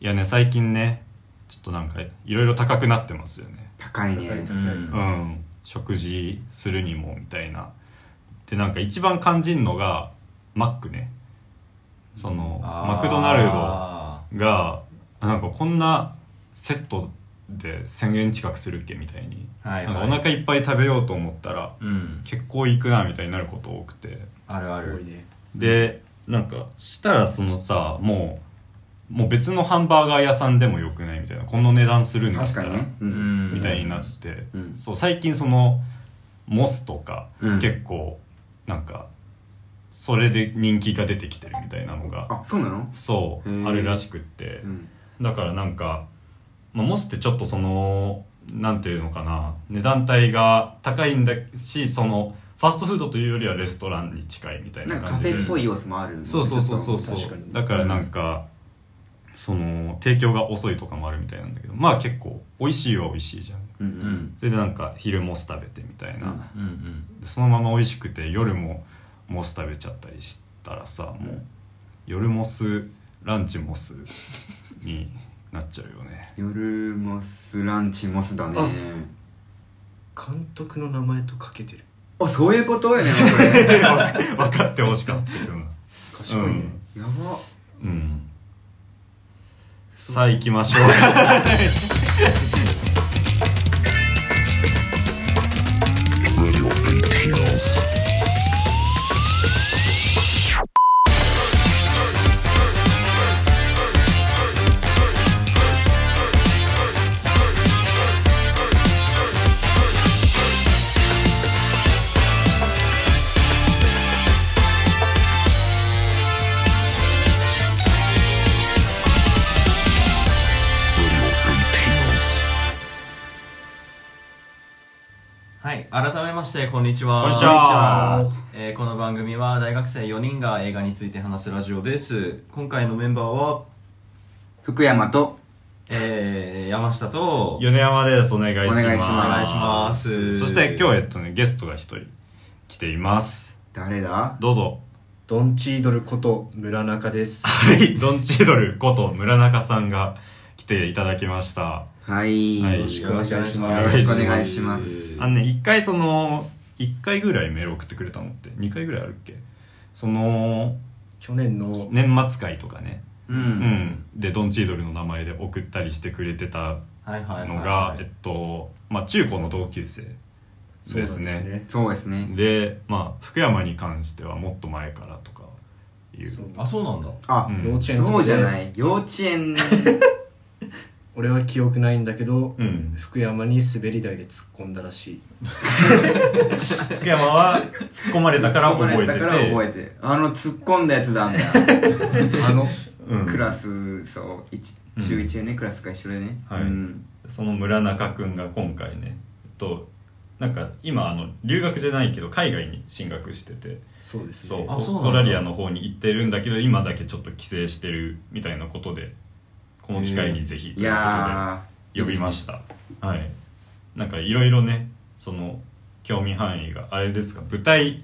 いやね最近ねちょっとなんかいろいろ高くなってますよね高いね高い高ういんうん、食事するにもみたいなでなんか一番肝心のがマックねそのマクドナルドあがなんかこんなセットで1,000円近くするっけみたいに、ーはい、なんかはおい、腹いっぱい食べようと思ったらうん結構いくなみたいになること多くてあるあ多いるねでなんかしたらそのさもうもう別のハンバーガー屋さんでもよくないみたいなこの値段するんだっ確た、からにねううんんみたいになって、うんそう最近そのモスとか、うん結構なんかそれで人気が出てきてるみたいなのがあそうなのそへうーあるらしくって、うんだからなんか、まあ、モスってちょっとそのなんていうのかな値段帯が高いんだしそのファストフードというよりはレストランに近いみたいななん感んじかでカフェっぽい要素もあるもんねそうそうそうそうそうちょっと確かにだからなんか、その提供が遅いとかもあるみたいなんだけどまあ結構美味しいは美味しいじゃんうんううんんそれでなんか昼モス食べてみたいな、うんうんうんでそのまま美味しくて夜もモス食べちゃったりしたらさもう夜モスランチモスになっちゃうよ ね夜モスランチモスだね監督の名前とかけてるあそういうことやねこ れやば分かってほしかったような賢いね、うんさあ行きましょうはい改めましてこんにちはこんにちはこんにちはえーこの番組は大学生4人が映画について話すラジオです今回のメンバーは、福山と えー、山下と米山ですお願いしますお願いしますお願いしますそして今日えっとねゲストが一人来ています誰だどうぞドンチードルこと村中ですはい ドンチードルこと村中さんが来ていただきましたはいはいよろしくお願いしますよよろろししくくおお願願いいししまますすあのね一回その一回ぐらいメール送ってくれたのって二回ぐらいあるっけその去年の年末会とかねうんうんでドンチードルの名前で送ったりしてくれてたはいはいはいのはがいえっとまあ中高の同級生そうでなすんですねねそうですねでまあ福山に関してはもっと前からとかいうそうあそうなんだあうん幼稚園の時そうじゃいない幼稚園俺は記憶ないんだけど、うん福山に滑り台で突っ込んだら しい福山は突っ込まれたから覚えてだてから覚えてるあの突っ込んだやつだんだあのうんクラスそう一中1やねクラスが一緒でねはいうんその村中くんが今回ねえっとなんか今あの留学じゃないけど海外に進学しててそうですそねうオあーそうなんスだトラリアの方に行ってるんだけど今だけちょっと帰省してるみたいなことでこの機会にぜひといいうこやとで呼びましたはいなんかいろいろねその興味範囲があれですか舞台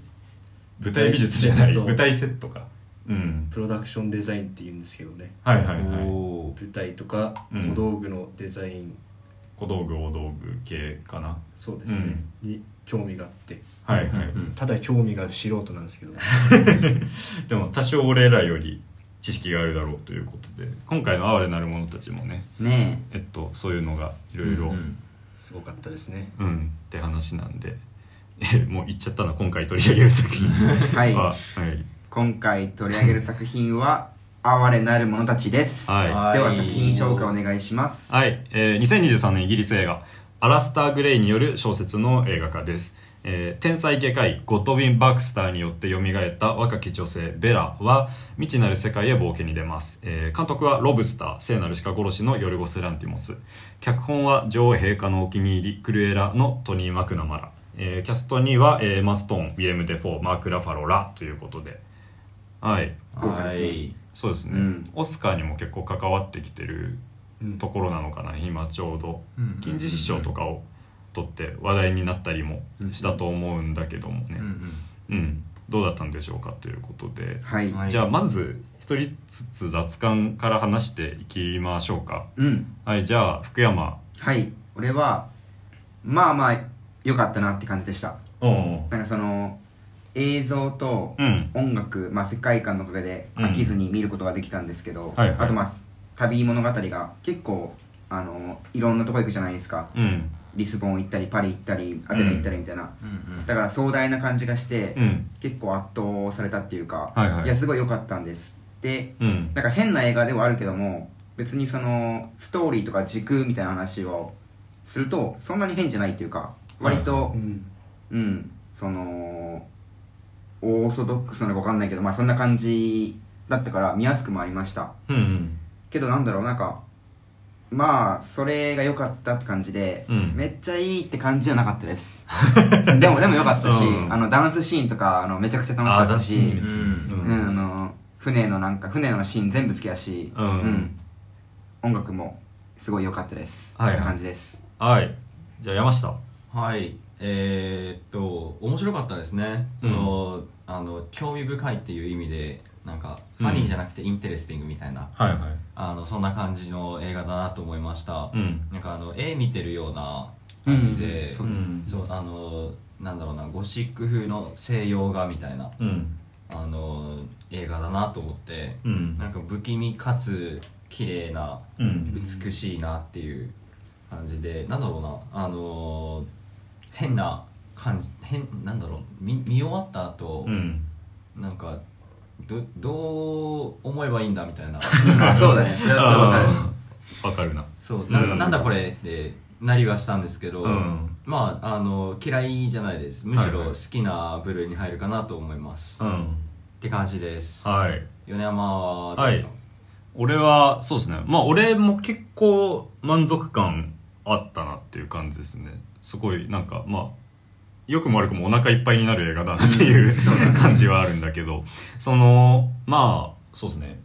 舞台美術じゃない舞舞台台セットかうんプロダクションデザインって言うんですけどねはいはいはいおー舞台とかうん小道具のデザイン、小道具大道具系かなそうですね、に興味があってはいはい、うんただ興味がある素人なんですけどでも多少俺らより知識があるだろうということで今回の「哀れなる者たち」もねーねえっとそういうのがいろいろうんすごかったですねうんって話なんでえもう言っちゃったな今回取り上げる作品えははいはい今回取り上げる作品は「哀れなる者たち」です、はいでは作品紹介お願いしますはい、えー2023年イギリス映画「アラスター・グレイ」による小説の映画化です、えー天才外科医ゴッドウィン・バクスターによって蘇った若き女性ベラは未知なる世界へ冒険に出ます、えー監督はロブスター聖なる鹿殺しのヨルゴス・ランティモス脚本は女王陛下のお気に入りクルエラのトニー・マクナマラ、えーキャストには、えーマストーンウィレム・デフォーマーク・ラファロラということではい豪華ですねはいそうですね、うんオスカーにも結構関わってきてるうんところなのかな今ちょうどうんうんうん金獅子賞とかを取って話題になったりもしたと思うんだけどもねうんうんうんどうだったんでしょうかということで、はい、はいじゃあまず一人ずつ雑感から話していきましょうかうんはいじゃあ福山はい俺はまあまあ良かったなって感じでしたうんなんかその映像とうん音楽、まあ、世界観のおかげでうん飽きずに見ることができたんですけど、はいはいあとまあ旅物語が結構あのいろんなとこ行くじゃないですかうんリスボン行ったりパリ行ったりアテネ行ったりみたいな、うんうんだから壮大な感じがして、うん結構圧倒されたっていうか、はいはいやすごい良かったんですでうんなんか変な映画ではあるけども別にそのストーリーとか軸みたいな話をするとそんなに変じゃないっていうか割と、んうん、そのオーソドックスなのか分かんないけどまあそんな感じだったから見やすくもありましたうんけどなんだろうなんかまあそれが良かったって感じで、うんめっちゃいいって感じじゃなかったです でもでも良かったし、うんあのダンスシーンとかあのめちゃくちゃ楽しあかあっだたししめっうちゃんうんあの船のなんか船のシーン全部好きだし、うん音楽もすごい良かったです、はいはいって感じですはいじゃあ山下はいえーっと面白かったですねその、あの興味深いっていう意味でなんかファニーじゃなくてインテレスティングみたいな、はいはいあのそんな感じの映画だなと思いました、うんなんかあの絵見てるような感じで、うん そううんあのなんだろうなゴシック風の西洋画みたいなうんあの映画だなと思って、うんなんか不気味かつ綺麗なうん美しいなっていう感じで、なんだろうなあの変な感じ変なんだろう見見終わった後、うんなんかどどう思えばいいんだみたいなそうだねそれはそうだねあーわかるなそうな,、うんん、なんだこれってなりはしたんですけど、うんまああの嫌いじゃないですむしはいろはい好きな部類に入るかなと思います、うんって感じです、はい米山はどうはい俺はそうですねまあ俺も結構満足感あったなっていう感じですねすごいなんかまあよくも悪くもお腹いっぱいになる映画だなっていう、感じはあるんだけどそのまあそうですね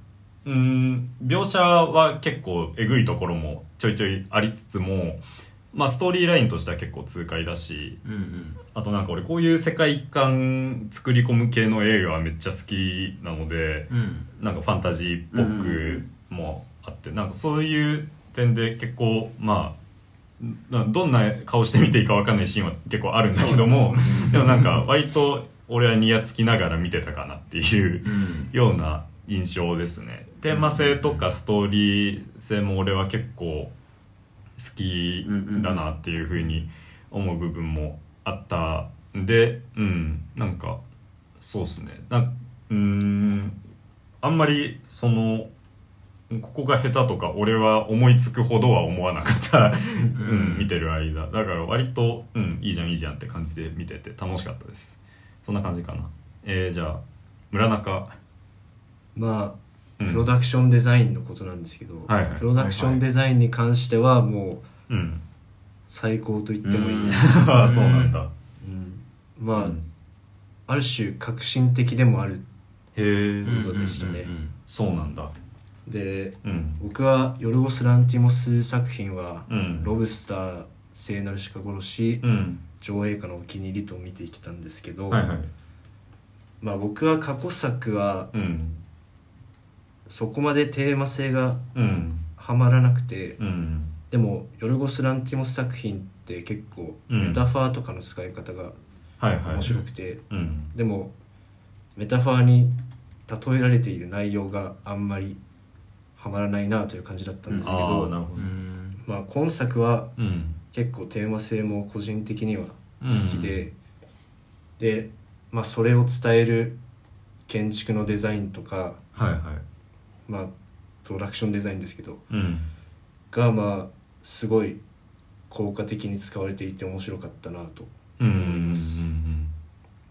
うん描写は結構えぐいところもちょいちょいありつつもまあストーリーラインとしては結構痛快だしうんうんあとなんか俺こういう世界観作り込む系の映画はめっちゃ好きなので、うんなんかファンタジーっぽくもあって、なんかそういう点で結構まあなどんな顔してみていいかわかんないシーンは結構あるんだけども でもなんか割と俺はニヤつきながら見てたかなっていううんような印象ですね。テーマ性とかストーリー性も俺は結構好きだなっていうふうに思う部分もあったんでうんなんかそうですねなうーんあんまりそのここが下手とか俺は思いつくほどは思わなかった、うん、見てる間だから割と、うん、いいじゃんいいじゃんって感じで見てて楽しかったですそんな感じかなえー、じゃあ村中まあうんプロダクションデザインのことなんですけど、はいはいプロダクションデザインに関してはもううん最高と言ってもいい、うんああ そうなんだ、まあ、うんある種革新的でもあるへえ、んことでしたねうんそうなんだでうん僕はヨルゴス・ランティモス作品はうん「ロブスター聖なる鹿殺しうん」上映下のお気に入りと見てきたんですけど、はいはいまあ僕は過去作はうんそこまでテーマ性がうんはまらなくてうんでもヨルゴス・ランティモス作品って結構うんメタファーとかの使い方がはいはい面白くて、うんでもメタファーに例えられている内容があんまりはまらないなという感じだったんですけど,、ああなるほうどんまあ、今作はうん結構テーマ性も個人的には好きで、で、まあ、それを伝える建築のデザインとか、はいはいまあ、プロダクションデザインですけどうんがまあすごい効果的に使われていて面白かったなとうんうん思いますうん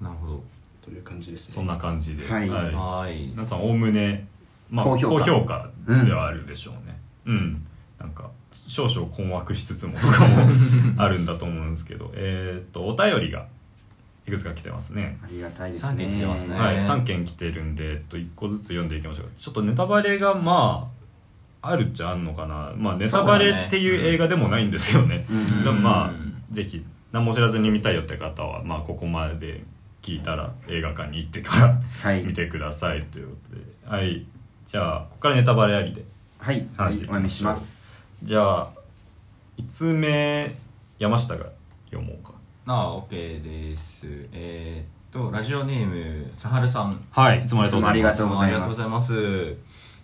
なるほどという感じですね。そんな感じではいはい皆さんおおむね、まあ、高高評評価価ではあるでしょうねうん、なんか少々困惑しつつもとかもあるんだと思うんですけどえーっとお便りがいくつか来てますねありがたいですね三件来てますねはい、えー3件来てるんで、えっと、1個ずつ読んでいきましょうちょっとネタバレがまああるっちゃあんのかなまあネタバレっていう映画でもないんですよねうんでもまうんあぜひ何も知らずに見たいよって方はまあここまで聞いたら映画館に行ってからはい見てくださいということではいじゃあここからネタバレありではい話していきましょうお願いしますじゃあ5つ目山下が読もうかああ OK ですえーっとラジオネームさはるさんはいいつもありがとうございまいつすもあありりががととううごござざいます、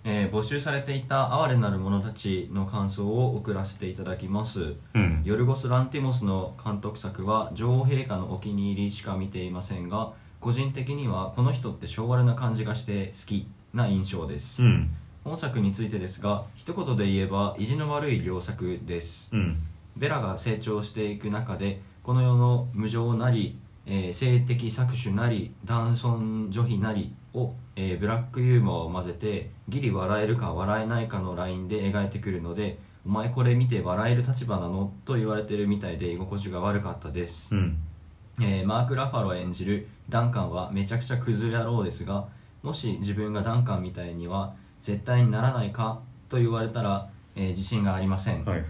えー募集されていた哀れなる者たちの感想を送らせていただきますうんヨルゴス・ランティモスの監督作は女王陛下のお気に入りしか見ていませんが個人的にはこの人って昭和な感じがして好きな印象です、うん本作についてですが一言で言えば意地の悪い良作ですうんベラが成長していく中でこの世の無情なり、えー性的搾取なり男尊女卑なりを、えーブラックユーモアを混ぜてギリ笑えるか笑えないかのラインで描いてくるので「お前これ見て笑える立場なの?」と言われてるみたいで居心地が悪かったです、うんえーマーク・ラファロ演じるダンカンはめちゃくちゃクズ野郎ですがもし自分がダンカンみたいには絶対にならないかと言われたら、えー自信がありません、はいはい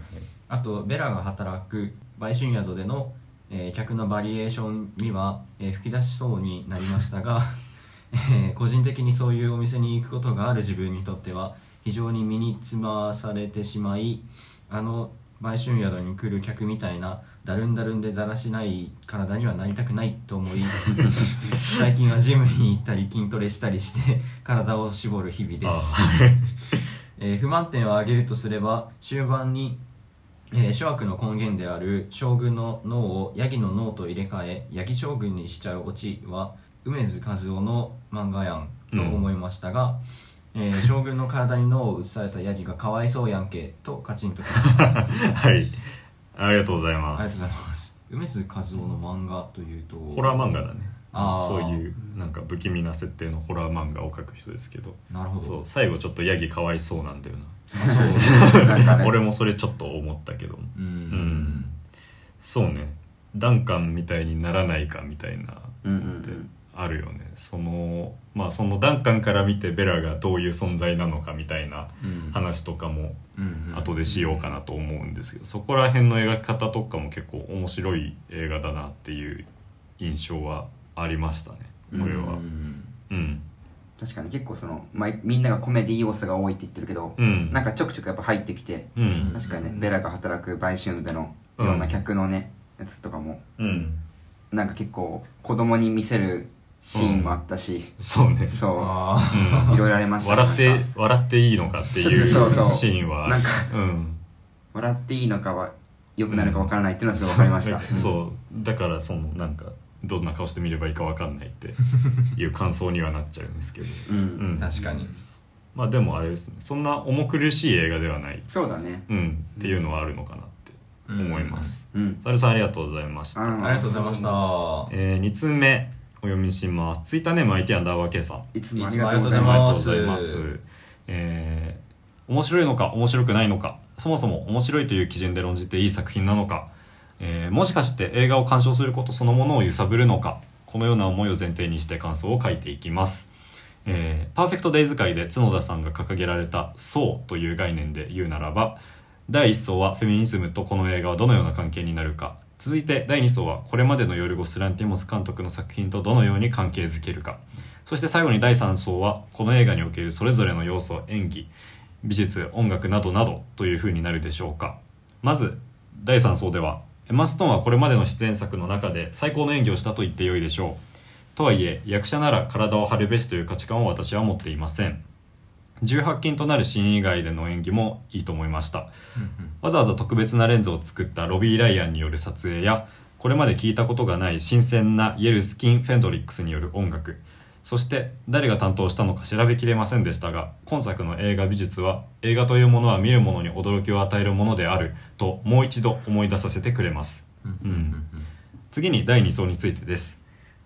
あとベラが働く売春宿での、えー客のバリエーションには、えー吹き出しそうになりましたが、 えー個人的にそういうお店に行くことがある自分にとっては非常に身につまされてしまいあの売春宿に来る客みたいなだるんだるんでだらしない体にはなりたくないと思い最近はジムに行ったり筋トレしたりして体を絞る日々ですあ。えー不満点を挙げるとすれば終盤に、えー諸悪の根源である将軍の脳をヤギの脳と入れ替えヤギ将軍にしちゃうオチは梅津和夫の漫画やんと思いましたが、えー将軍の体に脳を移されたヤギがかわいそうやんけとカチンときま したありがとはいありがとうございまうござすいます梅津和夫の漫画というとホラー漫画だねあーそういうなんか不気味な設定のホラー漫画を描く人ですけどなるほどそう最後ちょっとヤギかわいそうなんだよあそうなんなか ね俺もそれちょっと思ったけどもうんんそうねダンカンみたいにならないかみたいなうんうんっうてんあるよねそのまあそのダンカンから見てベラがどういう存在なのかみたいなうん話とかもうんうん後でしようかなと思うんですけどそこら辺の描き方とかも結構面白い映画だなっていう印象はありましたねこれはうんうん確かに結構その、まあ、みんながコメディ要素が多いって言ってるけど、うんなんかちょくちょくやっぱ入ってきてうん確かにね、うんベラが働く売春でのいろんな客のね、やつとかもうんなんか結構子供に見せるシーンもあったし、そうねそあーうんういろいろありました笑ってなんか笑っていいのかっていうシそうそうーンはなんかうん笑っていいのかは良くなるか分からないっていうのはすごい分かりましそうた、そうだからそのなんかどんな顔して見ればいいかわかんないっていう感想にはなっちゃうんですけど、うん、ううんん、 確かにまあでもあれですねそんな重苦しい映画ではない、そうだねうん、っていうのはあるのかなって思います、うんサルさんありがとうございました、あありがとうございました。えー、2通目お読みしますツイッターネーム IT アンダーバー K さんいつもありがとうございいつもありがまとうございます。えー面白いのか面白くないのか、そもそも面白いという基準で論じていい作品なのか、えーもしかして映画を鑑賞することそのものを揺さぶるのか、このような思いを前提にして感想を書いていきます。えーパーフェクトデイズ界で角田さんが掲げられた「層」という概念で言うならば第1層はフェミニズムとこの映画はどのような関係になるか続いて第2層はこれまでのヨルゴス・ランティモス監督の作品とどのように関係づけるかそして最後に第3層はこの映画におけるそれぞれの要素演技美術音楽などなどというふうになるでしょうかまず第3層ではエマ・ストーンはこれまでの出演作の中で最高の演技をしたと言ってよいでしょうとはいえ役者なら体を張るべしという価値観を私は持っていません18禁となるシーン以外での演技もいいと思いましたわざわざ特別なレンズを作ったロビー・ライアンによる撮影やこれまで聞いたことがない新鮮なイエルスキン・フェンドリックスによる音楽そして誰が担当したのか調べきれませんでしたが今作の映画美術は映画というものは見るものに驚きを与えるものであるともう一度思い出させてくれますうん次に第2層についてです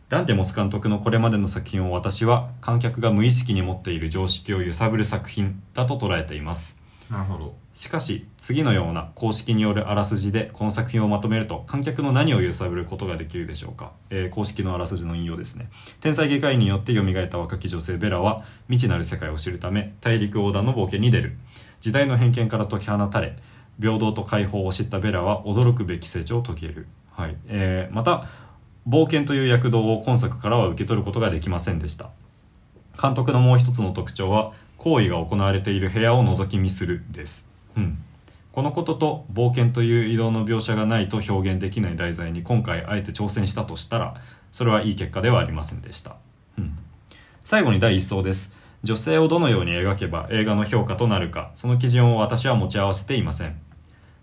ランテモス監督のこれまでの作品を私は観客が無意識に持っている常識を揺さぶる作品だと捉えていますなるほど。しかし次のような公式によるあらすじでこの作品をまとめると観客の何を揺さぶることができるでしょうか、えー公式のあらすじの引用ですね天才外科医によって蘇った若き女性ベラは未知なる世界を知るため大陸横断の冒険に出る時代の偏見から解き放たれ平等と解放を知ったベラは驚くべき成長を遂げる、はいえーまた冒険という躍動を今作からは受け取ることができませんでした監督のもう一つの特徴は行為が行われている部屋を覗き見するです、うん、このことと冒険という移動の描写がないと表現できない題材に今回あえて挑戦したとしたらそれはいい結果ではありませんでした、うん、最後に第一層です女性をどのように描けば映画の評価となるかその基準を私は持ち合わせていません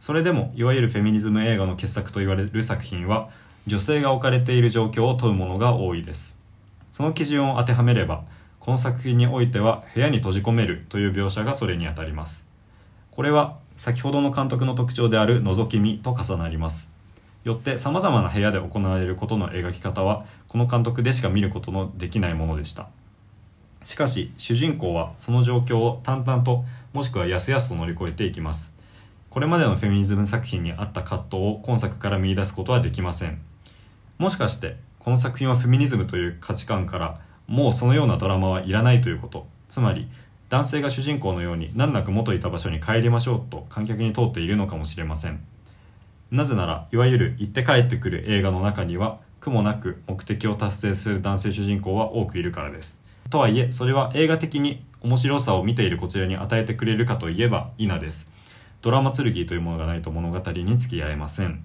それでもいわゆるフェミニズム映画の傑作と言われる作品は女性が置かれている状況を問うものが多いですその基準を当てはめればこの作品においては部屋に閉じ込めるという描写がそれにあたりますこれは先ほどの監督の特徴である覗き見と重なりますよってさまざまな部屋で行われることの描き方はこの監督でしか見ることのできないものでしたしかし主人公はその状況を淡々ともしくはやすやすと乗り越えていきますこれまでのフェミニズム作品にあった葛藤を今作から見出すことはできませんもしかしてこの作品はフェミニズムという価値観からもうそのようなドラマはいらないということつまり男性が主人公のように難なく元いた場所に帰りましょうと観客に通っているのかもしれませんなぜならいわゆる行って帰ってくる映画の中には苦もなく目的を達成する男性主人公は多くいるからですとはいえそれは映画的に面白さを見ているこちらに与えてくれるかといえば否ですドラマ剣というものがないと物語に付き合えません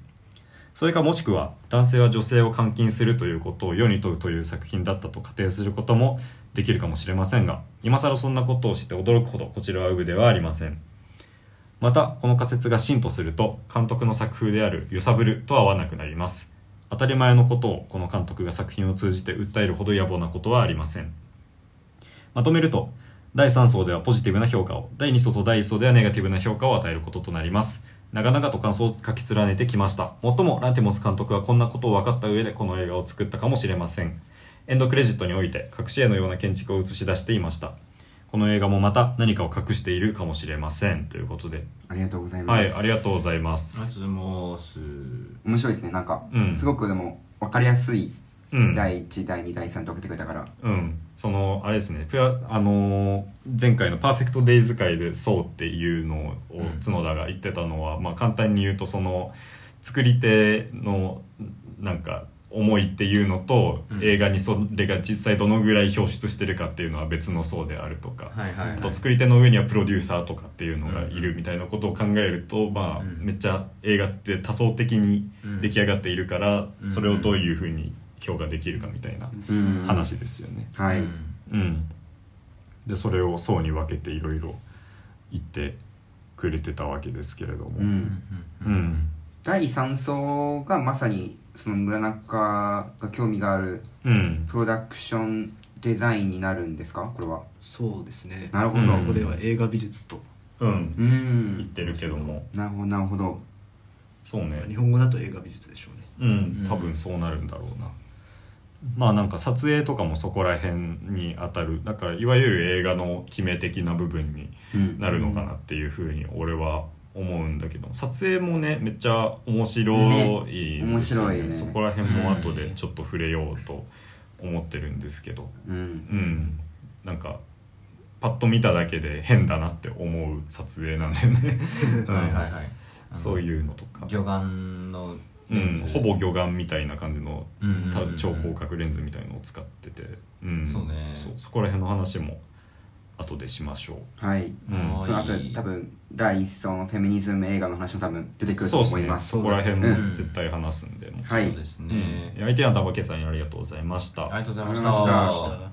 それかもしくは男性は女性を監禁するということを世に問うという作品だったと仮定することもできるかもしれませんが今更そんなことをして驚くほどこちらはウグではありませんまたこの仮説が真とすると監督の作風である揺さぶるとは合わなくなります当たり前のことをこの監督が作品を通じて訴えるほど野暮なことはありませんまとめると第3層ではポジティブな評価を第2層と第1層ではネガティブな評価を与えることとなります長々と感想を書き連ねてきましたもっともランティモス監督はこんなことを分かった上でこの映画を作ったかもしれませんエンドクレジットにおいて隠し絵のような建築を映し出していましたこの映画もまた何かを隠しているかもしれませんということでありがとうございまはす。いありがとうございまありがすとうございます。面白いですね。なんか、うんすごくでも、わかりやすい、うん第1、第2、第3と送ってくれたから、うん、そのあれですねプラあのー前回の「パーフェクト・デイズ」会で「そう」っていうのをうん角田が言ってたのは、まあ、簡単に言うとその作り手のなんか思いっていうのと、うん映画にそれが実際どのぐらい表出してるかっていうのは別の層であるとか、はいはい、はい。あと作り手の上にはプロデューサーとかっていうのがいるみたいなことを考えると、まあ、うんめっちゃ映画って多層的に出来上がっているから、うんそれをどういうふうに評価できるかみたいなうん話ですよね。はい、うんうん、でそれを層に分けていろいろ言ってくれてたわけですけれども。ううんんううんん第3層がまさにその村中が興味があるうんプロダクションデザインになるんですかこれはそうですねなるほど、ううんん、ここでは映画美術とうん言ってるけどもなるほどなるほどそうね日本語だと映画美術でしょうねうん多分そうなるんだろうな。まあなんか撮影とかもそこら辺に当たるだからいわゆる映画の決め的な部分にうんなるのかなっていうふうに俺は思うんだけど撮影もねめっちゃ面白いんですよね面白いねそこら辺も後でちょっと触れようと思ってるんですけど。うんうん、なんかパッと見ただけで変だなって思う撮影なんだよ ね、うんはいはいはい。そういうのとか、魚眼のうレん、ンズほぼ魚眼みたいな感じのうんうんうんうんた超広角レンズみたいのを使ってて、うん、そうねそうそこら辺の話も後でしましょはい、う、うんはその後多分第1層のフェミニズム映画の話も多分出てくると思いますそうですねそこら辺うもん絶対話すんで、もちろんはいそうですうんね、相手は玉家さんありがとうございましたありがとうございましありがとうございたまし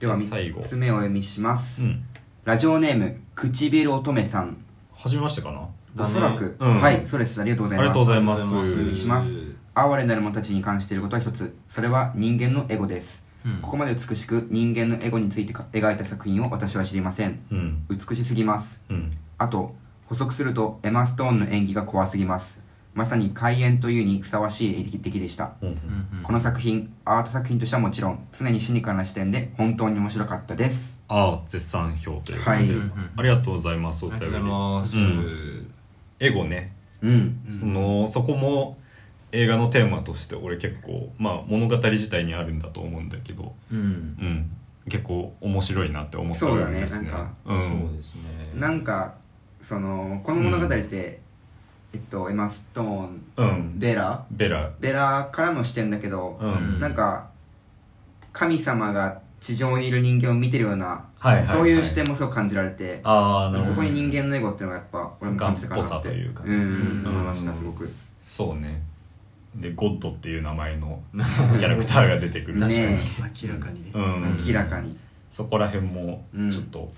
ではじゃあ最後3つ目をお読みします、うん、ラジオネーム唇乙女さん始めましたかなおそらく、うんはいそうですありがとうございまありすがとうございますありがとうございします哀れなる者たちに関していることは一つそれは人間のエゴです、うんここまで美しく人間のエゴについてか描いた作品を私は知りませんうん美しすぎますうんあと補足するとエマ・ストーンの演技が怖すぎますまさに開演というにふさわしい出来でした、うんううんんうんこの作品アート作品としてはもちろん常にシニカルな視点で本当に面白かったですああ絶賛評ということで、はいありがとうございますおありがと便うごりざいます、うんエゴねうんそのそこも映画のテーマとして俺結構、まあ、物語自体にあるんだと思うんだけど、うんうん、結構面白いなって思ったそうだねですねなんかうんそうですねなんかそのこの物語って、えっと、エマ・ストーン、うんベラベラベラからの視点だけど、うんなんか神様が地上にいる人間を見てるような、はいはいはいそういう視点もすごく感じられてああなるそほこどに人間のエゴっていうのがやっぱ俺も感じたかなガンっっぽてさというかんうん思いましたすごくそうねでゴッドっていう名前 のキャラクターが出てくるねしえ明らかにね、うん明らかにそこら辺もうんちょっと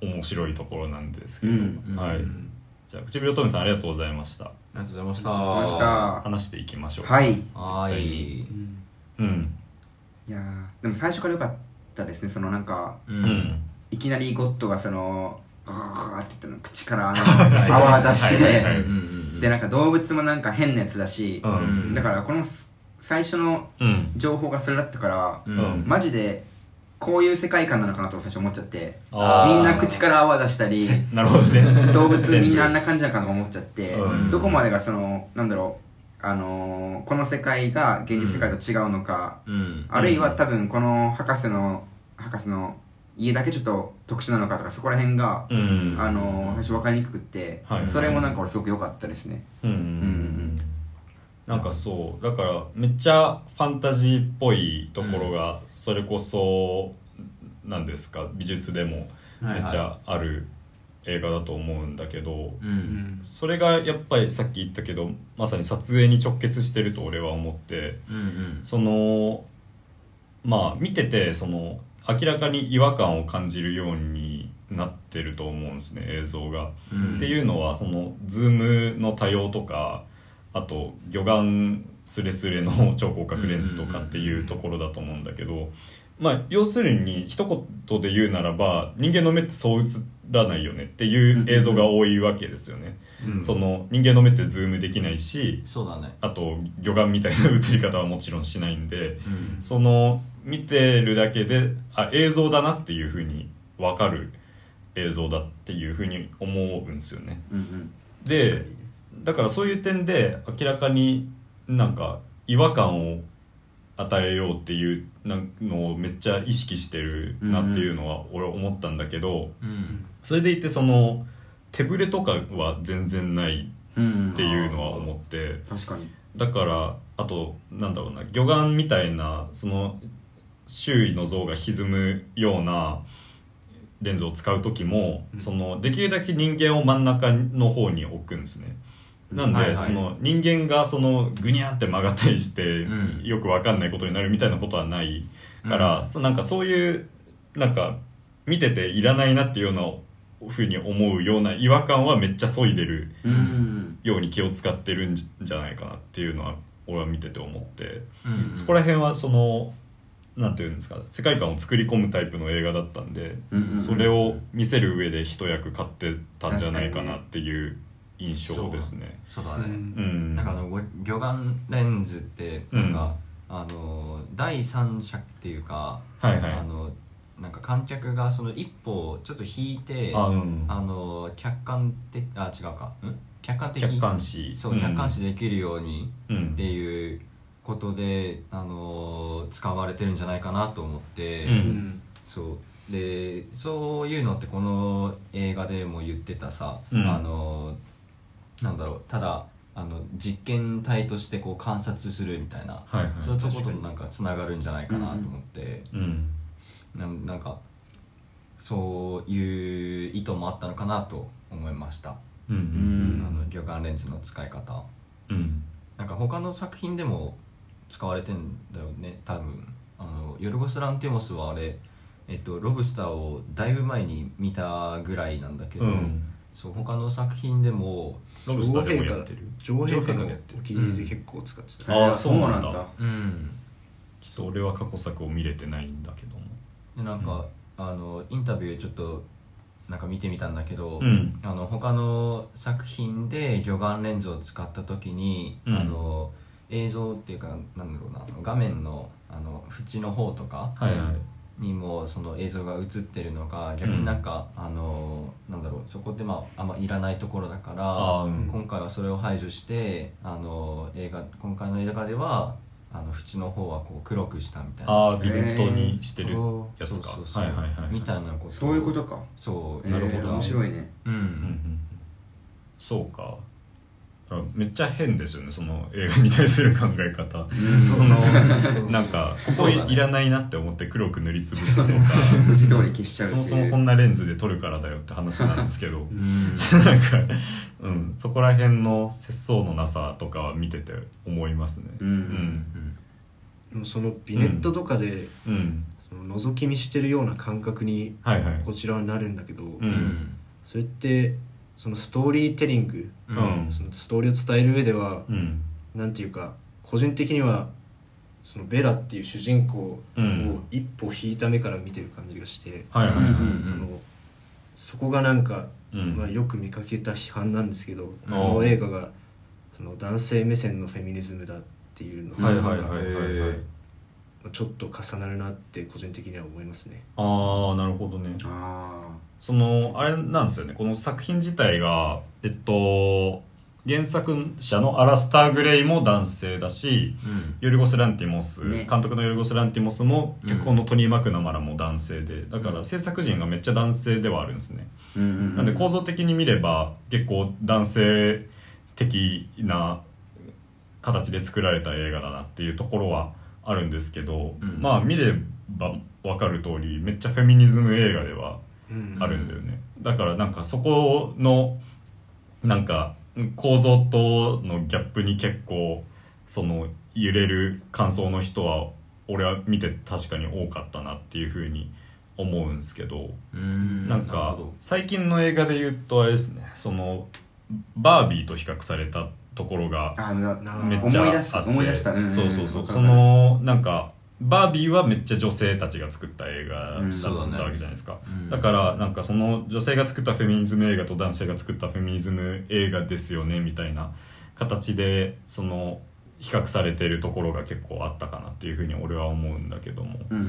面白いところなんですけど、うんはいうんじゃあ唇乙女さんありがとうございましたありがとうございました。ありがとうございました話していきましょうはいい実際にうんうんやーでも最初から良かったですねそのなんかううん、ん。いきなりゴッドがそのガガガガって言ったの口からあの泡出しはいはいはいてうんでなんか動物もなんか変なやつだし、うんんだからこのす最初のうん情報がそれだったから、ううんん。マジでこういう世界観なのかなと最初思っちゃってあーみんな口から泡出し たりなるほどね動物みんなあ全んな感じなのかなと思っちゃって、うんどこまでがそのなんだろう、あのーこの世界が現実世界と違うのか、うん。あるいは多分この博士の博士の家だけちょっと特殊なのかとかそこら辺が、部うんあのー最初分かりにくくって、はいそれもなんか俺すごく良かったですね。うんうんうんなんかそうだからめっちゃファンタジーっぽいところがそれこそなんですか美術でもめっちゃある映画だと思うんだけどう。うんんそれがやっぱりさっき言ったけどまさに撮影に直結してると俺は思ってうんうん。そのまあ見ててその明らかに違和感を感じるようになってると思うんですね映像が。うんっていうのはそのズームの多様とかあと魚眼スレスレの超広角レンズとかっていうところだと思うんだけど、まあ、要するに一言で言うならば人間の目ってそう映らないよねっていう映像が多いわけですよね。うんその人間の目ってズームできないしそうだね。あと魚眼みたいな映り方はもちろんしないんでうん。その見てるだけであ映像だなっていうふうに分かる映像だっていうふうに思うんですよね。うんうんでだからそういう点で明らかになんか違和感を与えようっていうなんのをめっちゃ意識してるなっていうのは俺思ったんだけど、うん。それでいてその手ぶれとかは全然ないうんっていうのは思って確かにだからあとなんだろうな魚眼みたいなその周囲の像が歪むようなレンズを使う時も、うんそのできるだけ人間を真ん中の方に置くんですね。なんで、はいはいその人間がそのぐにゃって曲がったりして、うんよくわかんないことになるみたいなことはないから、うんそなんかそういうなんか見てていらないなっていうようなふうに思うような違和感はめっちゃ削いでるうんうんように気を使ってるんじゃないかなっていうのは俺は見てて思って、うん。そこら辺はそのなんていうんですか世界観を作り込むタイプの映画だったんで、うんうんそれを見せる上で一役買ってたんじゃないかなっていう印象ですね。そうだね。ううんん、なんかあのご魚眼レンズってなんか、あの第三者っていうか、はいはいあのなんか観客がその一歩ちょっと引いてあうんあの客観的あ違うかん客観的客観視そう客観視できるようにうんうんっていうことで、あの使われてるんじゃないかなと思って、うんそうでそういうのってこの映画でも言ってたさ、うんあのなんだろうただあの実験体としてこう観察するみたいな、はいはいそういうとこともなんかつながるんじゃないかなと思って、うんなんなんかそういう意図もあったのかなと思いました、うんううんあんの魚眼レンズの使い方うんなんか他の作品でも使われてんだよね多分あのヨルゴス・ランティモスはあれ、えっと、ロブスターをだいぶ前に見たぐらいなんだけど、うんそう他の作品でも、ロブスターでもやってる上陛下上陛下のがやってるお気に入りで結構使ってた、あーそうなんだうん、ちょっと俺は過去作を見れてないんだけどもでなんか、あのインタビューちょっとなんか見てみたんだけど、うんあの他の作品で魚眼レンズを使った時に、うんあの映像っていうかなんだろうな画面のあの縁の方とかはいはいにもその映像が映ってるのが逆になんか、あのなんだろうそこってまああんまいらないところだからあーうん今回はそれを排除してあの映画今回の映画ではあの縁の方はこう黒くしたみたいな。ああビルトにしてるやつかそうそうそうはいはいはいみたいなことそういうことかそうえーなるほど面白いねううんうんんそうかからめっちゃ変ですよねその映画に対する考え方そのなんかそそうういだねいらないなって思って黒く塗りつぶすとか文字通り消しちゃうってそもそいうもそんなレンズで撮るからだよって話なんですけどうんなんか、うん、そこら辺の節操のなさとかは見てて思いますねううんんでもそのビネットとかで、うんその覗き見してるような感覚にはいはいこちらはなるんだけど、ううんんそれってそのストーリーテリング、ううんんそのストーリーを伝える上では、うんなんていうか個人的にはそのベラっていう主人公うをん一歩引いた目から見てる感じがして、はいはいはいうんそのそこがなんか、うんまあ、よく見かけた批判なんですけど、あーこの映画がその男性目線のフェミニズムだっていうのがはいなんかはいはいはいはいへーちょっと重なるなって個人的には思いますね。ああなるほどねあそのあれなんですよねこの作品自体がえっと原作者のアラスター・グレイも男性だしうんヨルゴス・ランティモス、ね監督のヨルゴス・ランティモスもうん脚本のトニー・マクナマラも男性でだから制作陣がめっちゃ男性ではあるんですね、ーうんうんなんで構造的に見れば結構男性的な形で作られた映画だなっていうところはあるんですけど、うんまあ見れば分かる通りめっちゃフェミニズム映画ではうんあるんだよね、だからなんかそこのなんか構造とのギャップに結構その揺れる感想の人は俺は見て確かに多かったなっていうふうに思うんですけど、うんなんなるかほど最近の映画で言うとあれですねそのバービーと比較されたところがあーなめっ思ちゃあいって出した思い出したんんそうそうそうわかそるわかるのなんかバービーはめっちゃ女性たちが作った映画うんだそうだっねたわけじゃないですか、うんだからなんかその女性が作ったフェミニズム映画と男性が作ったフェミニズム映画ですよねみたいな形でその比較されてるところが結構あったかなっていうふうに俺は思うんだけども、ううん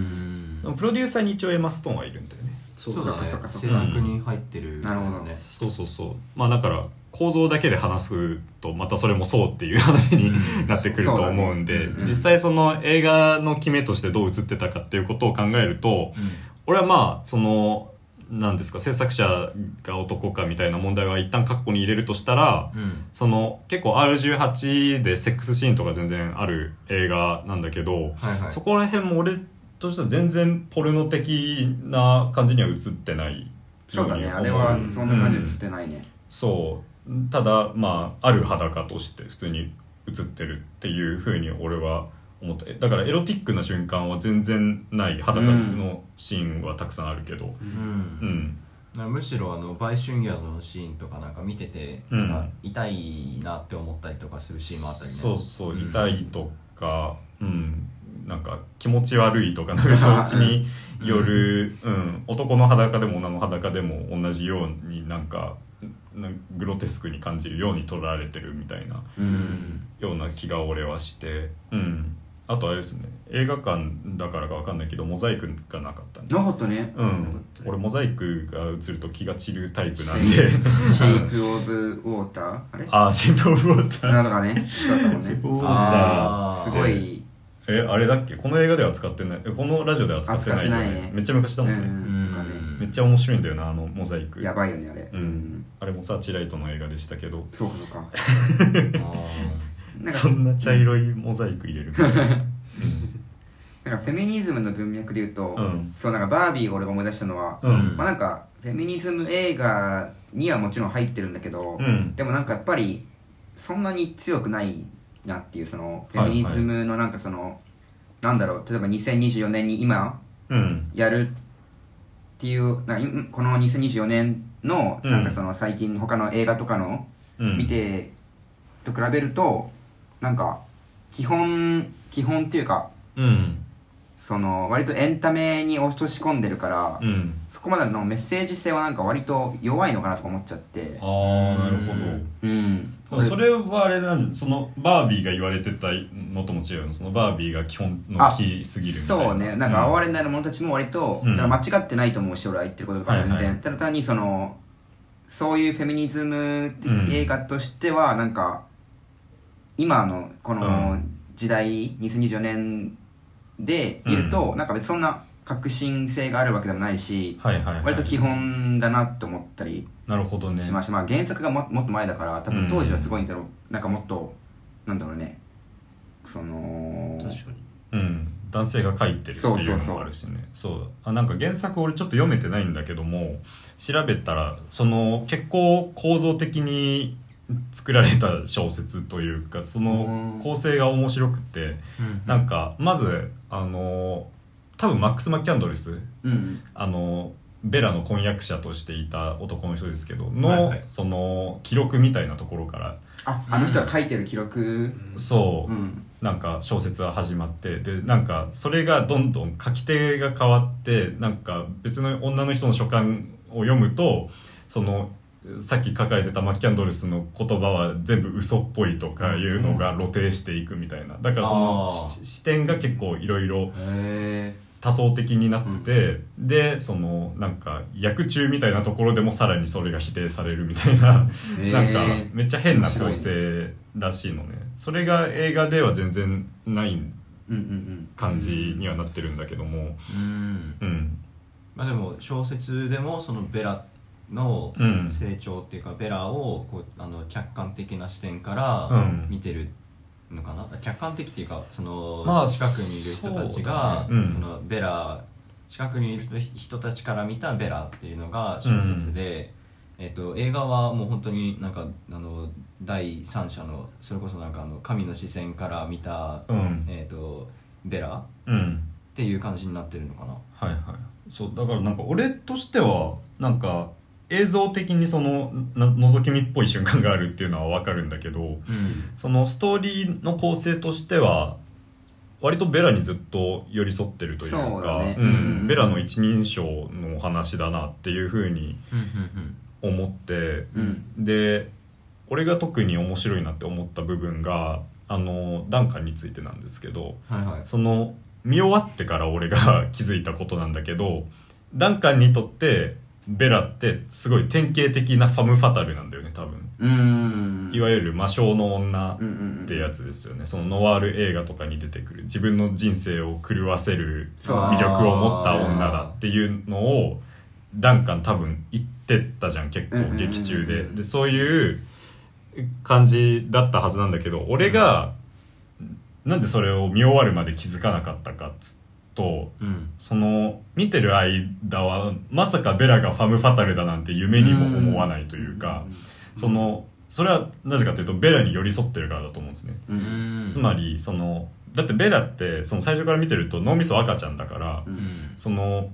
んでもプロデューサーに一応エマ・ストーンはいるんだよねそうそうだねそっかそっかそ制っか作に入ってるなるほどねそうそうそうまあだから構造だけで話すとまたそれもそうっていう話になってくると思うんで、そうだねうん実際その映画の決めとしてどう映ってたかっていうことを考えると俺はまあそのなんですか制作者が男かみたいな問題は一旦括弧に入れるとしたらうんうんその結構 R18 でセックスシーンとか全然ある映画なんだけど、はいはいそこら辺も俺としては全然ポルノ的な感じには映ってないそうだねよにあ思れはそんな感じ映ってないねそうただまあある裸として普通に映ってるっていうふうに俺は思ったえだからエロティックな瞬間は全然ない裸のシーンはたくさんあるけどううんんなむしろあの売春宿のシーンとかなんか見てて、うんなんか痛いなって思ったりとかするシーンもあったりねそうそううん痛いとかうんなんか気持ち悪いとかなんかそっちによる、うん、男の裸でも女の裸でも同じようになんかなんグロテスクに感じるように捉られてるみたいなううんんような気が俺はして、うん、あとあれですね映画館だからか分かんないけどモザイクがなかったねなかったねうなかんったね俺モザイクが映ると気が散るタイプなんでシェイプ・オブ・ウォーターあ れあーシェイプ・オブ・ウォーターなんと かねそうだったもんシェイプ・ねオブ・ウォーターあーすごいえあれだっけこの映画では使ってないえこのラジオでは使ってないよあ使ってねないねめっちゃ昔だもんね、うんとかうんねめっちゃ面白いんだよなあのモザイクやばいよねあれうんあれもサーチライトの映画でしたけどそうかそ うかなんかそんな茶色いモザイク入 れるなんかフェミニズムの文脈で言うと、うんそうなんかバービーを俺が思い出したのは、うんまあなんかフェミニズム映画にはもちろん入ってるんだけど、うんでもなんかやっぱりそんなに強くないなっていうそのフェミニズムのなんかその、なんだろう例えば2024年に今うんやるっていうなんか今この2024年のうんなんかその最近他の映画とかのうん見てと比べると、なんか基本基本っていうかうんその割とエンタメに落とし込んでるから、うんそこまでのメッセージ性はなんか割と弱いのかなとか思っちゃってああなるほど、うんでもそれはあれなんじゃそのバービーが言われてたのとも違うのそのバービーが基本の木すぎるみたいなそうねなんか哀れない者たちも割と、うんだから間違ってないと思うし俺は言ってることとか全然、はいはいただ単にそのそういうフェミニズムうん映画としてはなんか、今のこうのん時代2024年で見ると、なんか別にそんな革新性があるわけでもないし、はいはいはい割と基本だなと思ったりなるほどねしました、まあ、原作がももっと前だから多分当時はすごいんだろう、なんかもっとなんだろうねその確かにうん男性が書いてるっていうのもあるしねそうあなんか原作俺ちょっと読めてないんだけども調べたらその結構構造的に作られた小説というかそうのん構成が面白くてなんかまずあの多分マックス・マッキャンドルスうんあのベラの婚約者としていた男の人ですけどはいの、はいその記録みたいなところからああの人が書いてる記録そう、うんなんか小説は始まってでなんかそれがどんどん書き手が変わってなんか別の女の人の書簡を読むとそのさっき書かれてたマッキャンドルスの言葉は全部嘘っぽいとかいうのが露呈していくみたいなだからそのあーし視点が結構いろいろへえ多層的になってて、でそのなんか役中みたいなところでもさらにそれが否定されるみたいな、へーなんかめっちゃ変な構面成らしいのねそれが映画では全然ないうんうん感じにはなってるんだけどもうんうんまあでも小説でもそのベラのうん成長っていうか、ベラをこうあの客観的な視点かうらん見てるのかな、客観的っていうかそのまあ近くにいる人たちがそうだねうんのベラ近くにいる人たちから見たベラっていうのが小説で、えっと映画はもう本当になんかあの第三者のそれこそなんかあの神の視線から見た、うんえっとベラっうんていう感じになってるのかな。はいはいそうだからなんか俺としてはなんか映像的にそのな覗き見っぽい瞬間があるっていうのは分かるんだけどそのストーリーの構成としては割とベラにずっと寄り添ってるというかそうだねんうんベラの一人称のお話だなっていうふうにうんうん思って、うんで俺が特に面白いなって思った部分があのダンカンについてなんですけどうんはいはいその見終わってから俺が 気づいたことなんだけどダンカンにとってベラってすごい典型的なファム・ファタルなんだよね多分うんうんいわゆる魔性の女うんうんうんってやつですよねそのノワール映画とかに出てくる自分の人生を狂わせるそう魅力を持った女だっていうのをダンカン多分言ってったじゃん結うんうんうん構うん劇中ででそういう感じだったはずなんだけど俺がなんでそれを見終わるまで気づかなかったかっつうとうんその見てる間はまさかベラがファム・ファタルだなんて夢にも思わないというかそのそれはなぜかというとベラに寄り添ってるからだと思うんですね。うんうんつまりそのだってベラってその最初から見てると脳みそ赤ちゃんだから、うんうんその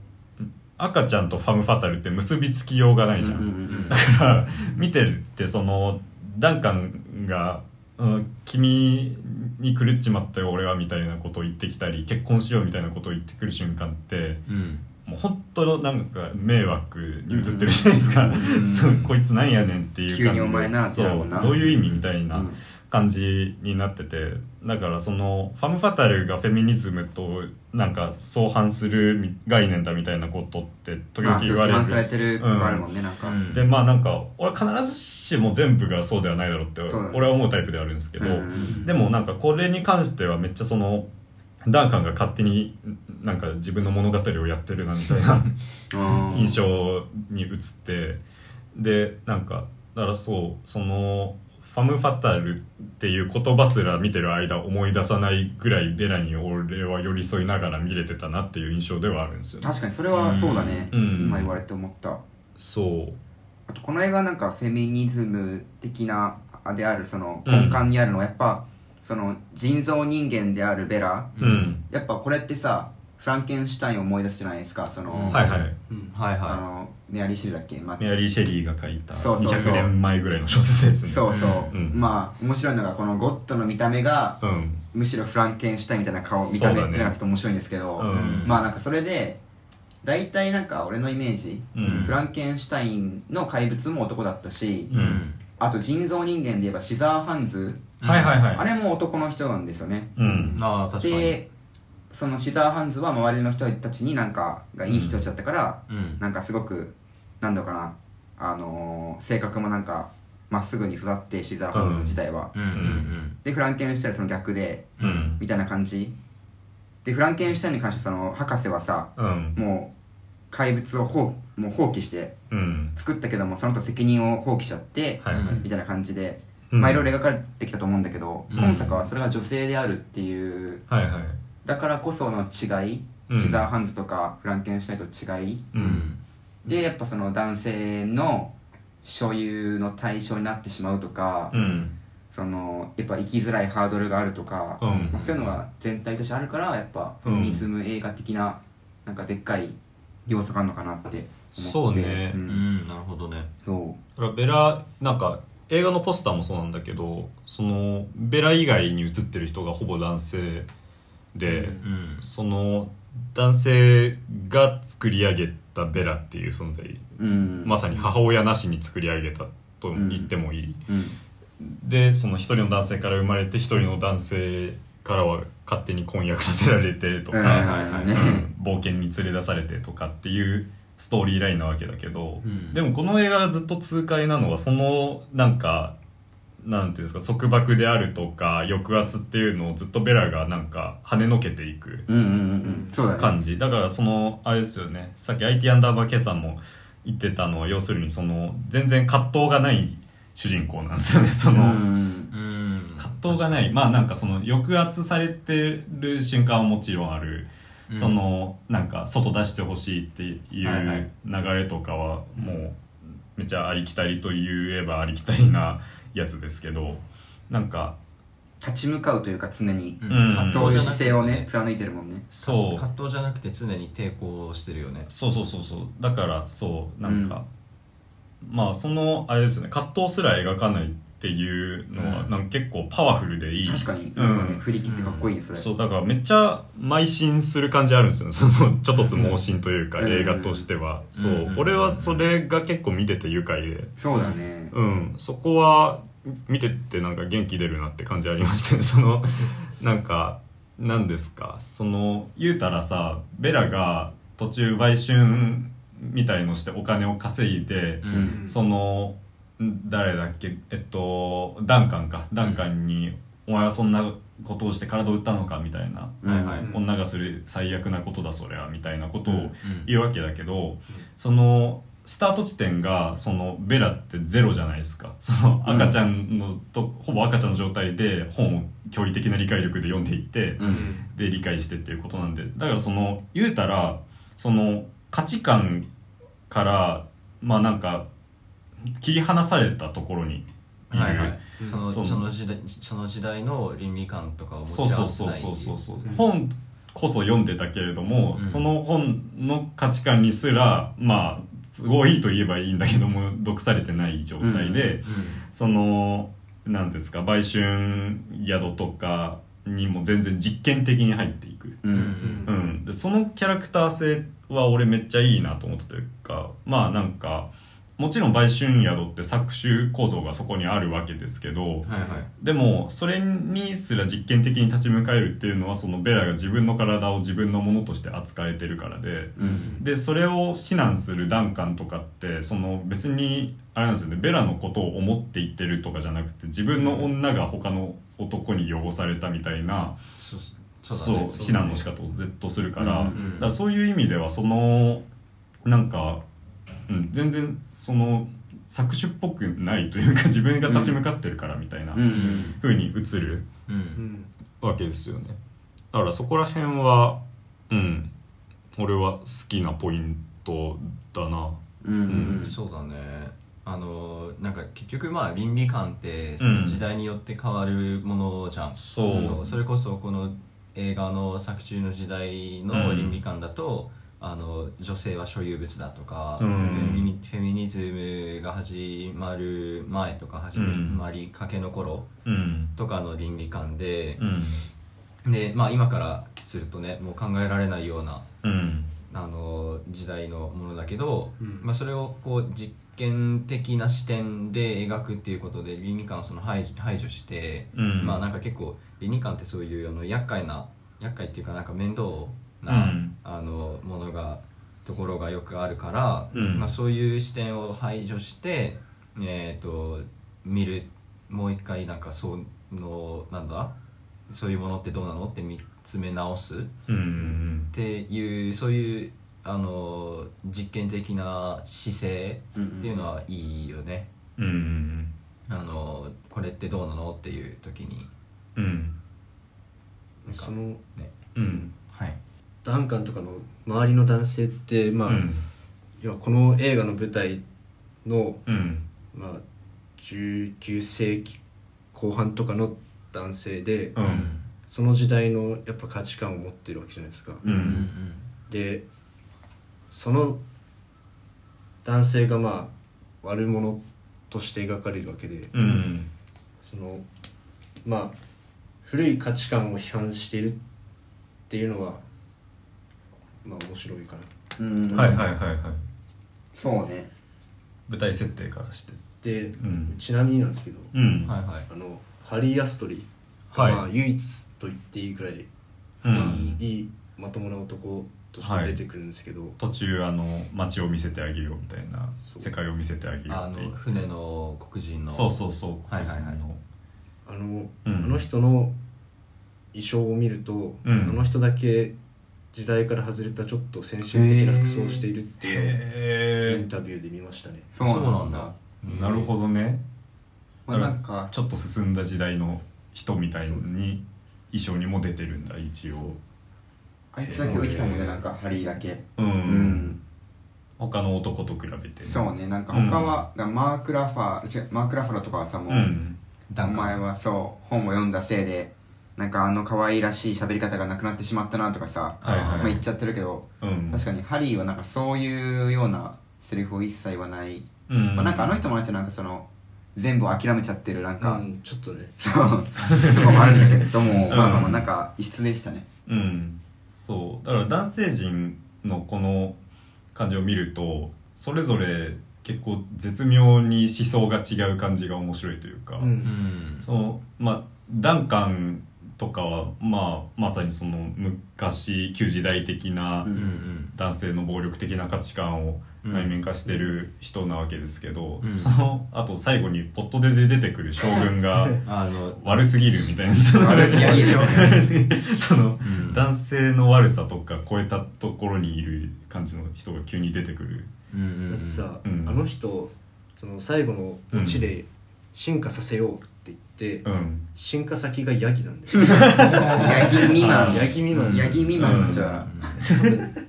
赤ちゃんとファム・ファタルって結びつきようがないじゃん、うんうんうんだから見てるってそのダンカンが、うん「君に狂っちまったよ俺は」みたいなことを言ってきたり「結婚しよう」みたいなことを言ってくる瞬間ってうんもう本当のなんか迷惑に映ってるじゃないですか、んそうこいつなんやねんっていう感じで急にお前なってそなるもうんなどういう意味みたいな。うん感じになっててだからそのファム・ファタルがフェミニズムとなんか相反する概念だみたいなことって時ま々あ言われる、批判されてるとこあるもんねなんかううんんでまあなんか俺は必ずしも全部がそうではないだろうってそうだね俺は思うタイプではあるんですけど、うんでもなんかこれに関してはめっちゃそのダンカンが勝手になんか自分の物語をやってるなみたいな。印象に移ってでなんかだからそうそのファム・ファタルっていう言葉すら見てる間思い出さないぐらいベラに俺は寄り添いながら見れてたなっていう印象ではあるんですよ、ね、確かにそれはそうだねうん今言われて思ったそうあとこの映画はなんかフェミニズム的なあであるそのうん根幹にあるのはやっぱその人造人間であるベラうん、やっぱこれってさフランケンシュタインを思い出すじゃないですかそのはいはいうんはいあはのメアリー・シルだっけまあメアリー・シェリーが書いたそうそうそ200う年前ぐらいの小説ですねそうそううんまあ面白いのがこのゴッドの見た目がうんむしろフランケンシュタインみたいな顔見た目っていうのがちょっと面白いんですけどうんうんまあなんかそれで大体なんか俺のイメージ、うんフランケンシュタインの怪物も男だったし、うい。んあと人造人間で言えばシザーハンズ、はいはいはいあれも男の人なんですよねうんああ、確かに。でそのシザーハンズは周りの人たちになんかがいい人たちだったから、うん。なんかすごくなんだろうかなあのー性格もなんかまっすぐに育ってシザーハンズ自体は、うんうんでフランケンシュタインはその逆でうんみたいな感じでフランケンシュタインに関してその博士はさうんもう怪物をほうもう放棄してうん作ったけどもその他責任を放棄しちゃって、はいはいみたいな感じで、うんまあいろいろ描かれてきたと思うんだけど、うん今作はそれが女性であるっていうはいはいだからこその違い、うんシザーハンズとかフランケンシュタインと違いうんでやっぱその男性の所有の対象になってしまうとか、うんそのやっぱ生きづらいハードルがあるとか、うんまあそういうのが全体としてあるからやっぱうフんェミニズム映画的ななんかでっかい要素があるのかなって思ってそうねうんうんなるほどねそだからベラなんか映画のポスターもそうなんだけどそのベラ以外に写ってる人がほぼ男性で、うんその男性が作り上げたベラっていう存在ううんまさに母親なしに作り上げたと言ってもいい、うんでその一人の男性から生まれて一人の男性からは勝手に婚約させられてとか、うんはいはいはいねうん冒険に連れ出されてとかっていうストーリーラインなわけだけど、うんでもこの映画がずっと痛快なのはそのなんかなんていうんですか束縛であるとか抑圧っていうのをずっとベラがなんか跳ねのけていくうんうんうんうんそうだね感じだからそのあれですよねさっき IT アンダーバー K さんも言ってたのは要するにその全然葛藤がない主人公なんですよねその、うんうん葛藤がないまあなんかその抑圧されてる瞬間はもちろんある、うんそのなんか外出してほしいっていはいはいう流れとかはもうめちゃありきたりと言えばありきたりなやつですけどなんか立ち向かうというか常に、うんそういう姿勢をね貫いてるもんねそう葛藤じゃなくて常に抵抗してるよねそうそうそうそうだからそうなんか、まあそのあれですよね葛藤すら描かないっていうのは、うんなんか結構パワフルでいい確かに、うんなんかね振り切ってかっこいいねそれ、そうだからめっちゃ邁進する感じあるんですよねそのちょっとつ盲信というか、うん映画としては、そう、うん俺はそれが結構見てて愉快でそうだねうんそこは見ててなんか元気出るなって感じありまして、ね、 そのなんか何ですかその言うたらさベラが途中売春みたいのしてお金を稼いで、うんそのん誰だっけえっとダンカンかダンカンに「お前はそんなことをして体を打ったのか」みたいな、うんはいはいうん女がする最悪なことだそりゃみたいなことうんうをん言うわけだけど、そのスタート地点がそのベラってゼロじゃないですかそのうん赤ちゃんのと、ほぼ赤ちゃんの状態で本を驚異的な理解力で読んでいって、ううんんで理解してっていうことなんでだからその言うたらその価値観からまあなんか切り離されたところにいる、はいはいうんそのそうその時代その時代の倫理観とかを持ちそ合うわそうせそなういそうそうそう、うん本こそ読んでたけれども、うんその本の価値観にすらまあ都合いいと言えばいいんだけども読されてない状態で、そのなんですか売春宿とかにも全然実験的に入っていく、ううんんううんん、でそのキャラクター性は俺めっちゃいいなと思ったというかまあなんかもちろん売春宿って搾取構造がそこにあるわけですけど、はいはいでもそれにすら実験的に立ち向かえるっていうのはそのベラが自分の体を自分のものとして扱えてるからでうんでそれを非難するダンカンとかってその別にあれなんですよねベラのことを思って言ってるとかじゃなくて自分の女が他の男に汚されたみたいな、そうそう,、だね非難の仕方をずっとするから,、うんうんだからそういう意味ではそのなんか、うん、全然その搾取っぽくないというか自分が立ち向かってるからみたいな。うん風に映るううんんわけですよねだからそこら辺はうん俺は好きなポイントだなうんうんうんそうだねあのなんか結局まあ倫理観ってそうんの時代によって変わるものじゃん、そうあのそれこそこの映画の作中の時代の倫理観だと、あの女性は所有物だとか、うんそのフェミニフェミニズムが始まる前とか始まりかけの頃うんとかの倫理観でう、んでまあ、今からするとねもう考えられないようなうんあの時代のものだけど、うんまあ、それをこう実験的な視点で描くっていうことで倫理観をその排除排除して、うんまあなんか結構倫理観ってそういうあの厄介な厄介っていうかなんか面倒な、うんあのものがところがよくあるから、うんまあ、そういう視点を排除して、えー、と見るもう一回なんかそのなんだそういうものってどうなのって見詰め直すっうんうんていうそういうあの実験的な姿勢っていうのはいいよね、うんうんあのこれってどうなのっていう時にうんうんなんかそのねうんはいダンカンとかの周りの男性ってまあ、うんいやこの映画の舞台の、うんまあ、19世紀後半とかの男性で、うんその時代のやっぱ価値観を持ってるわけじゃないですか、ううんんでその男性がまあ悪者として描かれるわけで、うんそのまあ古い価値観を批判しているっていうのはまあ面白いかなうんはいはいはいはいそうね舞台設定からしてで、んちなみになんですけど、うんはいはいあのハリー・アストリーはいがまあ唯一と言っていいぐらい、うんいいまともな男として出てくるんですけど、途中あの街を見せてあげるよみたいなそう世界を見せてあげるよあって言のって船の黒人のそうそうそうはいはいは黒い人のあの、うんあの人の衣装を見ると、うんあの人だけ時代から外れたちょっと先進的な服装をしているっていうのをイへンタビューで見ましたね。そそううなんだえなるほどねまあなんかちょっと進んだ時代の人みたいに衣装にも出てるんだ一応あいつだけ浮いてたもんねなんかハリーだけうん、うん他の男と比べてそうねなんか他は、だからマーク・ラファー違うマーク・ラファーとかはさもう、うんおダンカ前ンはそう本を読んだせいでなんかあの可愛らしい喋り方がなくなってしまったなとかさ、はいはいまあ、言っちゃってるけどうん確かにハリーはなんかそういうようなセリフを一切はない、うんまあ、なんかあの人もあの人なんかその全部諦めちゃってるなんか、うんちょっとねそうとかもあるんだけども、んまあまあまあなんか異質でしたねうんそうだから男性陣のこの感じを見るとそれぞれ結構絶妙に思想が違う感じが面白いというか、ううんんそのまあダンカンとかは、まあ、まさにその昔旧時代的なうんうんうん男性の暴力的な価値観をうん内面化してる人なわけですけど、うんそのあと最後にポットで出てくる将軍が あの悪すぎるみたいなその悪すぎる将 そのうん男性の悪さとか超えたところにいる感じの人が急に出てくるうんうんうんだってさ、うんあの人その最後のオチで進化させようって言って、うん進化先がヤギなんだよヤギ未満ヤギ未満ヤギ未満のじうゃん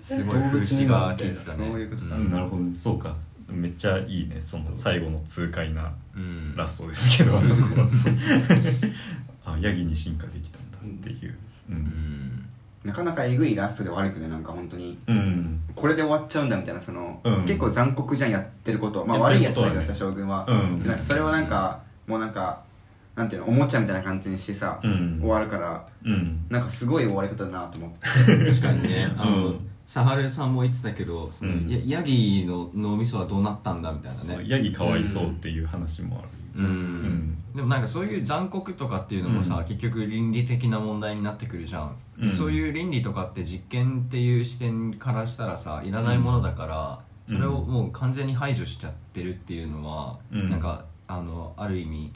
すごい風刺が効いてたねそういうことうだんなるほどそうかめっちゃいいねその最後の痛快なうんラストですけどあそこは あヤギに進化できたんだっていうううんんなかなかえぐいラストで悪くねなんか本当にうんこれで終わっちゃうんだみたいなその、うん結構残酷じゃんやってることまあやって悪るいこやつとはだねけどさ将軍は、うんでなんかそれをなんかもうなんかなんていうのおもちゃみたいな感じにしてさ、うん終わるからうんなんかすごい終わり方だなと思って確かにねあの、うんサハルさんも言ってたけどその、うんやヤギの脳みそはどうなったんだみたいなそうねヤギかわいそうっていう話もあるうん、んでもなんかそういう残酷とかっていうのもさ、うん結局倫理的な問題になってくるじゃん、うんそういう倫理とかって実験っていう視点からしたらさいらないものだから、うんそれをもう完全に排除しちゃってるっていうのは、うんなんかあのある意味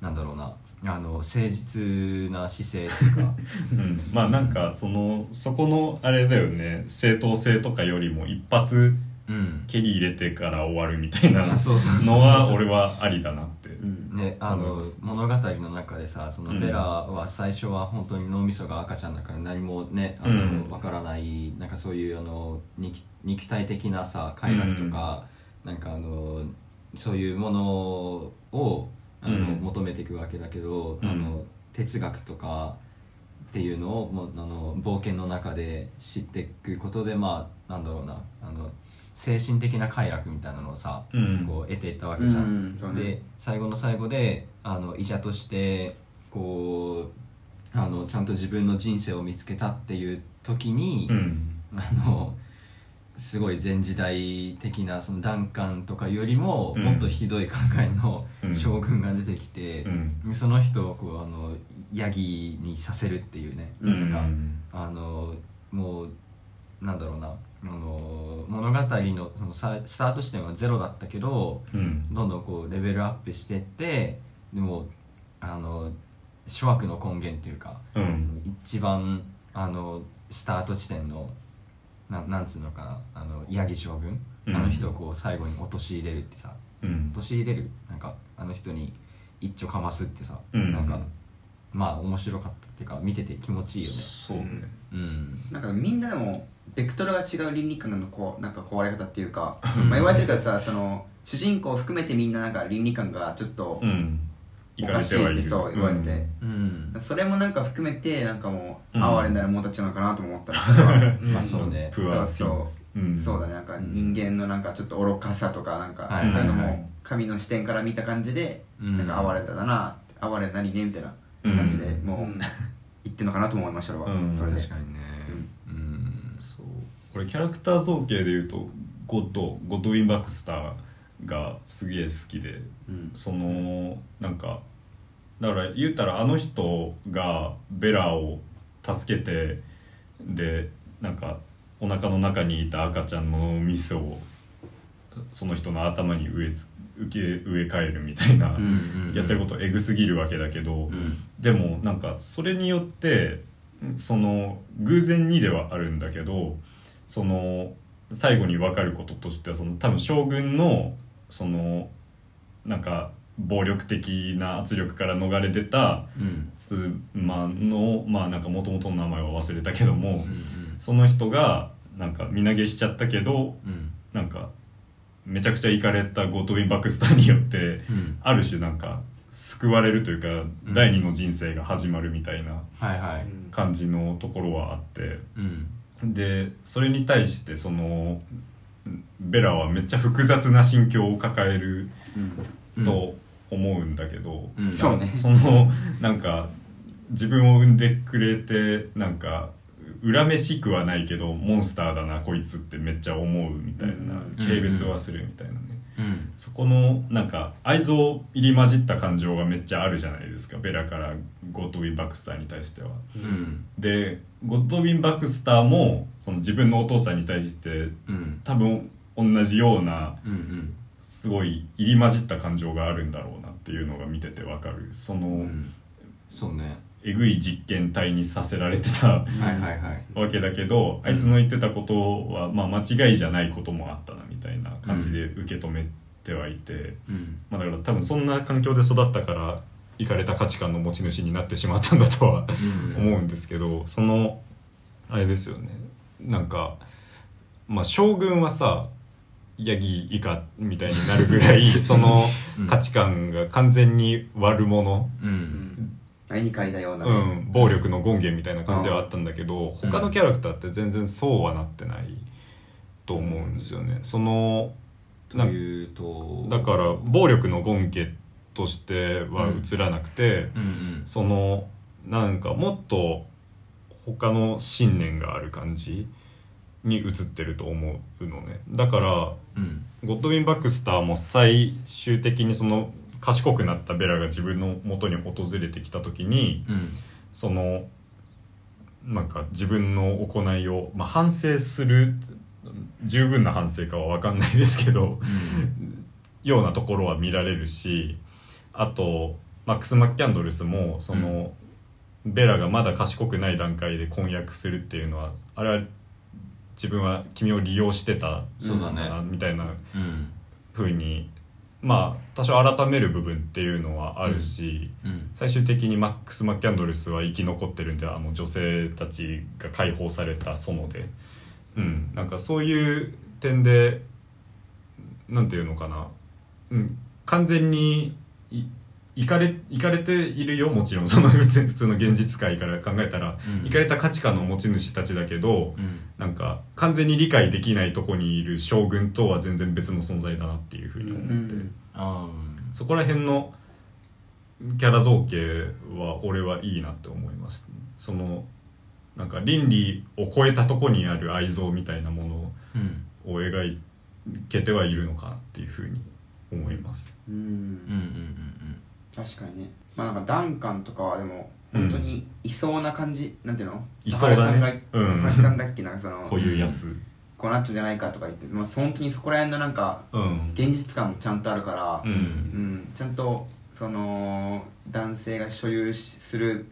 なんだろうなあの誠実な姿勢と かうん、まあなんかそのそこのあれだよね正当性とかよりも一発うん蹴り入れてから終わるみた いなそうそうそうそうのは俺はありだなってね、あ思いのます物語の中でさそうんのベラは最初は本当に脳みそが赤ちゃんだから何もねあうんのわからないなんかそういうあの肉肉体的なさ快楽とか、なんかあのそういうものをあの、うん求めていくわけだけど、うんあの哲学とかっていうのをもうあの冒険の中で知っていくことでまあなんだろうなあの精神的な快楽みたいなのをさ、うんこう得ていったわけじゃうんうんそうねで最後の最後であの医者としてこうあのちゃんと自分の人生を見つけたっていう時に、うんあのすごい前時代的なそのダンカンとかよりもうんもっとひどい考えのうん将軍が出てきてう、んその人をこうあのヤギにさせるっていうね、うんなんかあのもうなんだろうなあの物語のそのさスタート地点はゼロだったけどうんどんどんこうレベルアップしてってでもあの諸悪の根源というか、うん一番ああのスタート地点のなんなんつうのかなあの八木将軍、うんあの人をこう最後に陥れるってさうん陥れるなんかあの人に一丁かますってさ、うんなんかまあ面白かったっていうか見てて気持ちいいよねそうね、うんなんかみんなでもベクトルが違う倫理観のこうなんか壊れ方っていうか、まあ、言われてるからさその主人公を含めてみんななんか倫理観がちょっとうんお行かかれしていはっいてるそう言われてて、うんそれもなんか含めてなんかもううん哀れなる者たちなのかなとも思ったりそれはまあそうねプアそうそうう、ん、そうだねなんか人間のなんかちょっと愚かさとかなんか、はいそういうのはいはいも神の視点から見た感じで、うんなんか哀れだな哀れなりねみたいな感じで、うんもう、言ってんのかなと思いました俺は、うんそれで確かにねうんそうこれキャラクター造形でいうとゴッドゴッドウィン・バクスターがすげえ好きでうんそのなんかだから言うたらあの人がベラを助けてでなんかお腹の中にいた赤ちゃんのミスをその人の頭に植えつ受け植え替えるみたいな、うんやってることエグすぎるわけだけど、うんでもなんかそれによってその偶然にではあるんだけどその最後に分かることとしてはその多分将軍のそのなんか暴力的な圧力から逃れてたうん妻のまあなんか元々の名前は忘れたけどもうんその人がなんか身投げしちゃったけどうんなんかめちゃくちゃイカれたゴトビン・バクスターによってうんある種なんか救われるというか、ん第二の人生が始まるみたいなはいはい感じのところはあってうんでそれに対してそのベラはめっちゃ複雑な心境を抱えると思うんだけど、うんそう ねそのなんか自分を産んでくれてなんか恨めしくはないけどモンスターだなこいつってめっちゃ思うみたいなうん軽蔑はするみたいなね。うんそこのなんか愛憎入り混じった感情がめっちゃあるじゃないですかベラからゴッドウィン・バクスターに対しては。うんでゴッドウィン・バクスターもその自分のお父さんに対してうん多分同じようなうんうんすごい入り混じった感情があるんだろうなっていうのが見ててわかるその、うんそうねえぐい実験体にさせられてたはいはいはいわけだけどあいつの言ってたことは、まあ、間違いじゃないこともあったなみたいな感じで受け止めてはいて。うんまあ、だから多分そんな環境で育ったからいかれた価値観の持ち主になってしまったんだとは思うんですけどそのあれですよねなんか、まあ、将軍はさヤギ以下みたいになるぐら いそのうん価値観が完全に悪者、ううんん第2回だような、うん、暴力の権限みたいな感じではあったんだけどうん他のキャラクターって全然そうはなってないと思うんですよね。そのというとだから暴力の権化としては映らなくて、うんうんそのなんかもっと他の信念がある感じに映ってると思うのねだからうんゴッドウィン・バックスターも最終的にその賢くなったベラが自分の元に訪れてきた時にうんそのなんか自分の行いを、まあ、反省する十分な反省かは分かんないですけどようなところは見られるしあとマックス・マッキャンドルスもその、ベラがまだ賢くない段階で婚約するっていうのはあれは自分は君を利用してたそうだねなみたいなうん風にまあ多少改める部分っていうのはあるし、うん最終的にマックス・マッキャンドルスは生き残ってるんであの女性たちが解放された園で、うん、なんかそういう点でなんていうのかな、うん、完全にいいかれいかれているよもちろんそ の普通普通の現実界から考えたら、うんいかれた価値観の持ち主たちだけどうんなんか完全に理解できないとこにいる将軍とは全然別の存在だなっていうふうに思って。うんあそこら辺のキャラ造形は俺はいいなって思います、ね、そのなんか倫理を超えたとこにある愛憎みたいなもーうんのを描けてはいるのかなっていうふうに思いますううんうんんうん確かにねまあなんかダンカンとかはでも本当にいそうな感じ、なんていうのいそうだね中井さんがうん中井さんだっけなんかそのこういうやつこうなっちゃうんじゃないかとか言って、まあ、本当にそこら辺のなんかうん現実感もちゃんとあるからう、んうんちゃんとその男性が所有しする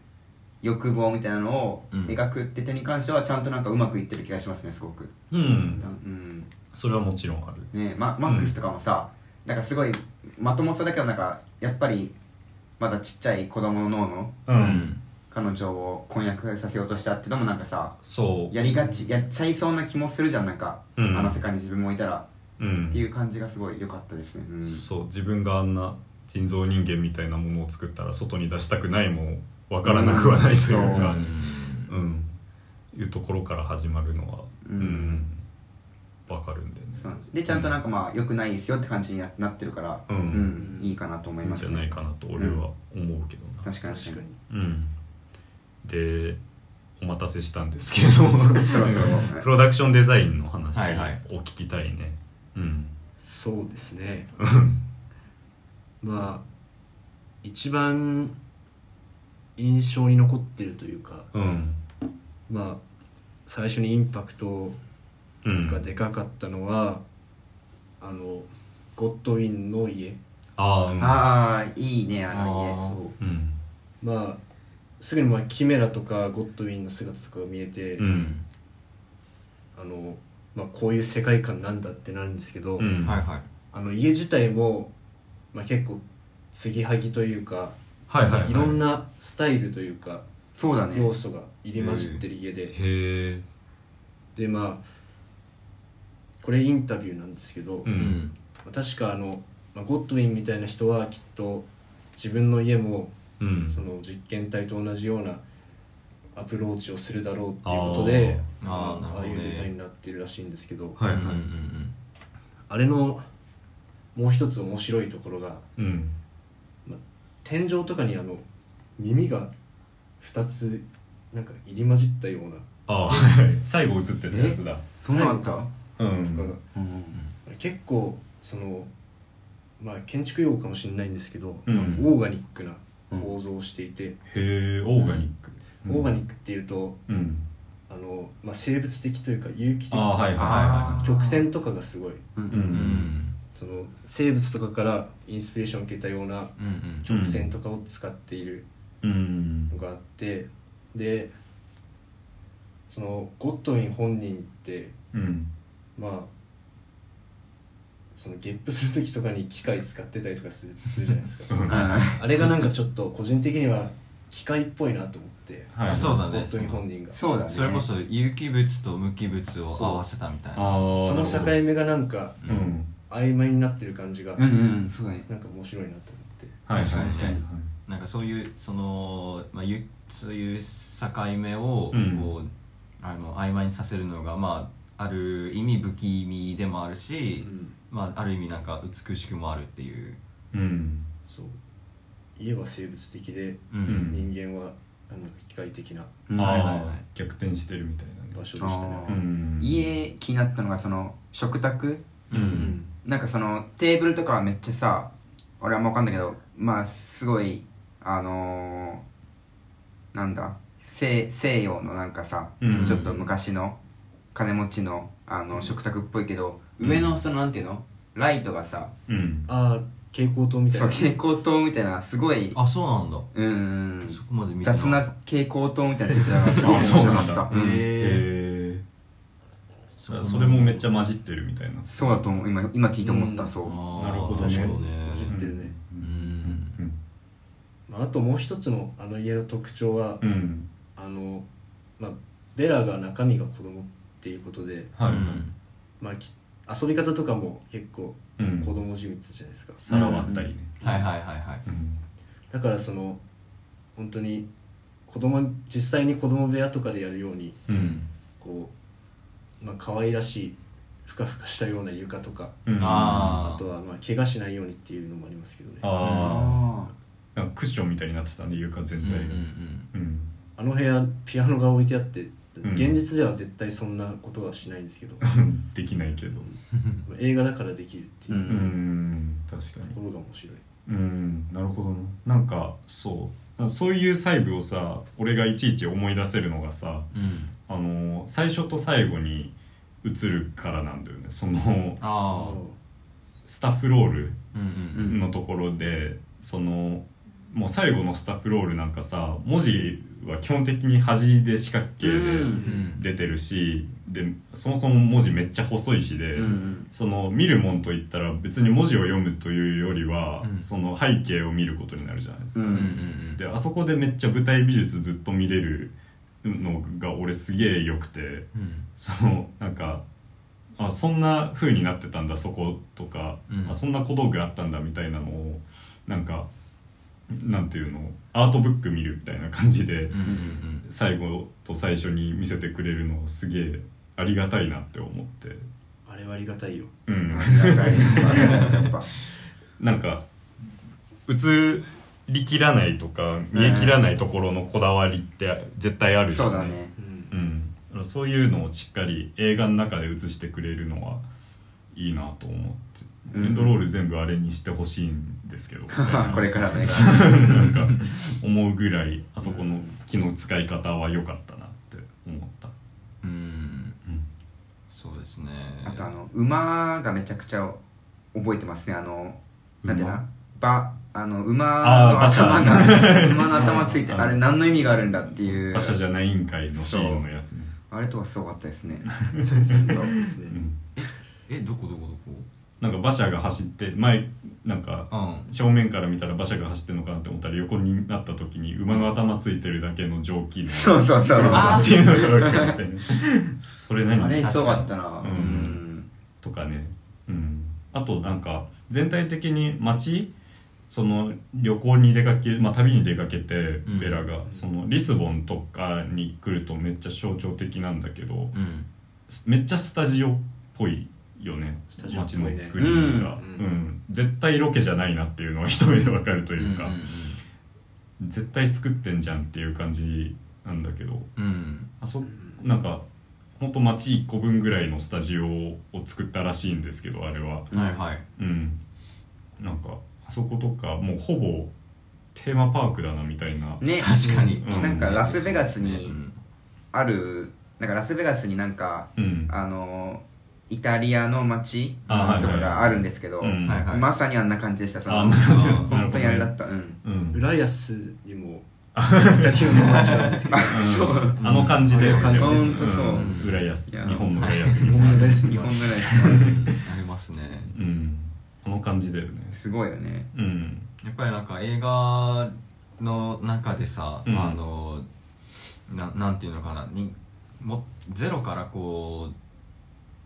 欲望みたいなのをうん描くって点に関してはちゃんとなんかうまくいってる気がしますねすごく、うんうんそれはもちろんあるねママックスとかもさ、なんかすごいまともそうだけどなんかやっぱりまだちっちゃい子供の脳のうん、彼女を婚約させようとしたっていうのもなんかさそやりがちやっちゃいそうな気もするじゃんなんか、うんあの世界に自分もいたらう、うん、っていう感じがすごい良かったですね、うん、そう自分があんな人造人間みたいなものを作ったら外に出したくないもわからなくはないといううんか、うんいうところから始まるのはううんんわ、かるんだよねそうでちゃんとなんかまあ良くないですよって感じにななってるから、うんうんいいかなと思いいいんまじすゃないかなと俺は思うけどな、確かに確かにうん、でお待たせしたんですけれどもそろそろプロダクションデザインの話はいはいを聞きたいね、うんそうですねまあ一番印象に残ってるというかうんまあ最初にインパクトうんがでかかったのは、あのゴッドウィンの家あーうんああいいねあのあそうんうまあすぐにまあキメラとかゴッドウィンの姿とかが見えて、うんあのまあ、こういう世界観なんだってなるんですけど、うんはいはいはいあの家自体も、まあ、結構継ぎはぎというか、はいはいいろんなスタイルというか家そうだね要素が入り混じってる家で、へえでまあこれインタビューなんですけど、ううんんまあ確かあの、まあ、ゴッドウィンみたいな人はきっと自分の家もうんその実験体と同じようなアプローチをするだろうっていうことであーまなるあほどああねいうデザインになってるらしいんですけど、はいうんうんはういんあれのもう一つ面白いところがうん天井とかにあの耳が2つなんか入り混じったようなああ最後映ってたやつだそんなのあったうとかが、んうん結構そのまあ建築用語かもしれないんですけど、うんまあオーガニックな構造をしていて、へえオーガニックオーガニッックっていうとクうんあの、まあ、生物的というか有機的あーはいはいあー直線とかがすごいうんううんんその生物とかからインスピレーションを受けたようなうんうん直線とかを使っているうんのがあって、でそのゴッドウィン本人ってうんまあそのゲップする時とかに機械使ってたりとかするするじゃないです かあれがなんかちょっと個人的には機械っぽいなと思って、はいそうだゴねッドウィン本人がそうだねそれこそ有機物と無機物を合わせたみたいなああその境目がなんかうん曖昧になってる感じが、うんうんそうだねなんか面白いなと思ってはい確かにねはいはいなんかそういうその、まあ、ゆそういう境目をこう、うんあの曖昧にさせるのが、まあ、ある意味不気味でもあるし、まあ、ある意味なんか美しくもあるっていう、うんそう家は生物的でううん人間はなんか機械的なうんあはいはいあはい逆転してるみたいなね場所でしたねあうーん家気になったのがその食卓ううんんなんかそのテーブルとかはめっちゃさ俺はあんま分かんないけどまあすごいあのー、なんだ西西洋のなんかさ、うんちょっと昔の金持ちのあの食卓っぽいけど、うん上のそのなんていうのライトがさうんああ蛍光灯みたいそうな蛍光灯みたいなすごいあそうなんだうーんそこまで見て雑なへ蛍光灯みたいな設定だからすごい面そう白なかんっだたへうんええそれもめっちゃ混じってるみたいなそうだと思う今今聞いて思った、うんそうなるほどねね知ってるねううんん まあ、あともう一つのあの家の特徴は、うんうんあのまあ、ベラが中身が子供っていうことで、はいうんまあ、き遊び方とかも結構うん子供じみてたじゃないですか、皿割ったりねはいはいはいはいうんだからその本当に子供実際に子供部屋とかでやるようにうんこう、まあ可愛らしいふかふかしたような床とかうんああとはまあ怪我しないようにっていうのもありますけどねああクッションみたいになってたんで床全体うんがうんうんあの部屋ピアノが置いてあってん現実では絶対そんなことはしないんですけど、 できないけどまあ映画だからできるっていうううん確かとにころが面白い、うんなるほどななんかそうそういう細部をさ俺がいちいち思い出せるのがさうんうんあの最初と最後に映るからなんだよねそのあスタッフロールあうんうんのところでそのもう最後のスタッフロールなんかさ文字は基本的に端で四角形でうん出てるし、でそもそも文字めっちゃ細いしで、うんその見るもんといったら別に文字を読むというよりは、うんその背景を見ることになるじゃないですうか、うんうんんであそこでめっちゃ舞台美術ずっと見れるのが俺すげえ良くてうんそのなんかあそんな風になってたんだそことか、うんあそんな小道具あったんだみたいなのをなんかなんていうのアートブック見るみたいな感じで、うんうん最後と最初に見せてくれるのすげえありがたいなって思って。あれはありがたいようんありがたいやっぱなんか映りきらないとか見えきらないところのこだわりって絶対あるそうよだねね うんうん、だからそういうのをしっかり映画の中で映してくれるのはいいなと思って、うんエンドロール全部あれにしてほしいんですけど これからね なんか思うぐらいあそこの木の使い方は良かったなって思った、うんうんうん、そうですねあとあの馬がめちゃくちゃ覚えてますねあのなんていう馬なばあの馬あーの馬車頭 が馬の頭ついてうんあれ何の意味があるんだっていう馬車じゃないんかいのシーンのやつね、あれとはすごかったですね ですうねん、えどこどこどこなんか馬車が走って前なんかあ正面から見たら馬車が走ってるのかなって思ったら横になった時に馬の頭ついてるだけの蒸気のそうそうそうあーっていうのが分かるみたいなそれ何あれすごかったなうんうんとかね、うん、あとなんか全体的に街その旅行に出かけ、まあ、旅に出かけてんベラが、そのリスボンとかに来るとめっちゃ象徴的なんだけど、うんめっちゃスタジオっぽいよねスタジオっぽいね街の作りが、うんうん絶対ロケじゃないなっていうのは一目でわかるというか、ん絶対作ってんじゃんっていう感じなんだけどうんうんあそなんかほんと街1個分ぐらいのスタジオを作ったらしいんですけどあれはうんはいはいうんなんかあそことかもうほぼテーマパークだなみたいな、ね確かにうんなんかラスベガスにうんあるなんかラスベガスになんかうん、あのイタリアの街とあはいはいかがあるんですけどうんはいはいまさにあんな感じでしたそあのんな感じうんなる本ほど当ねにあれだったうんうん、浦安にもイタリアの街なんですけどうんあの感じで、あの感じですう本ん当そう浦安、いや日本の浦安日にも本の浦安日に本もぐらいありますねうん、あの感じだよね。すごいよねうん、やっぱりなんか映画の中でさ、うんあのななんていうのかなにもゼロからこう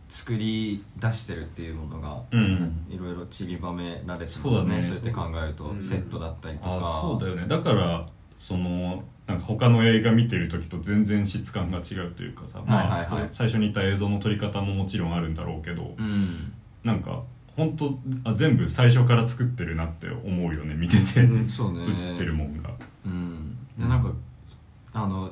作り出してるっていうものがうん、いろいろ散りばめられてますねそうだねそうやって考えると、うんセットだったりとかあそうだよね。だからそのなんか他の映画見てる時と全然質感が違うというかさ、はいはいまはいあそう最初に言った映像の撮り方ももちろんあるんだろうけどう、んなんか本当あ全部最初から作ってるなって思うよね見てて、うんそうね映ってるもんが。うんでなんかあの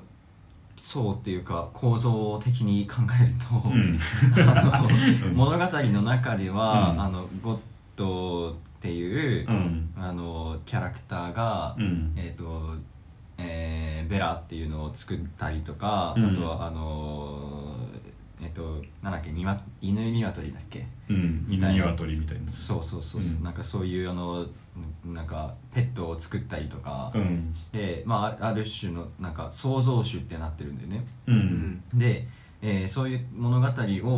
そうっていうか構造的に考えると、うん、 あの物語の中では、うんあのゴッドっていう、うん、あのキャラクターが、うん、えっ、と、えーベラっていうのを作ったりとか、うんあとはあのえっ、となんだっけニワ犬鶏だっけうん、み犬たいな鶏みたいな。そうそうそうそう、うんなんかそういうあのなんかペットを作ったりとかうん、して、まあある種のなんか創造主ってなってるんだよね。う。うんんで、えーそういう物語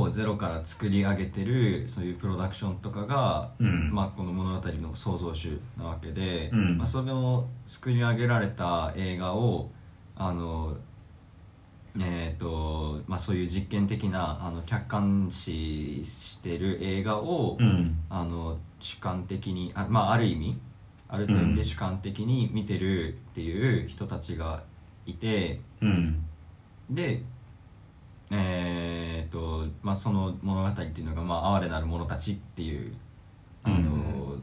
をゼロから作り上げてるそういうプロダクションとかが、うんまあ、この物語の創造主なわけで、うんまあ、それを作り上げられた映画をあの、えーとまあ、そういう実験的なあの客観視してる映画を、うんあの主観的にあ,、まあ、ある意味ある点で主観的に見てるっていう人たちがいて。うんでえーっと、まあ、その物語っていうのが「まあ、哀れなる者たち」っていうあの、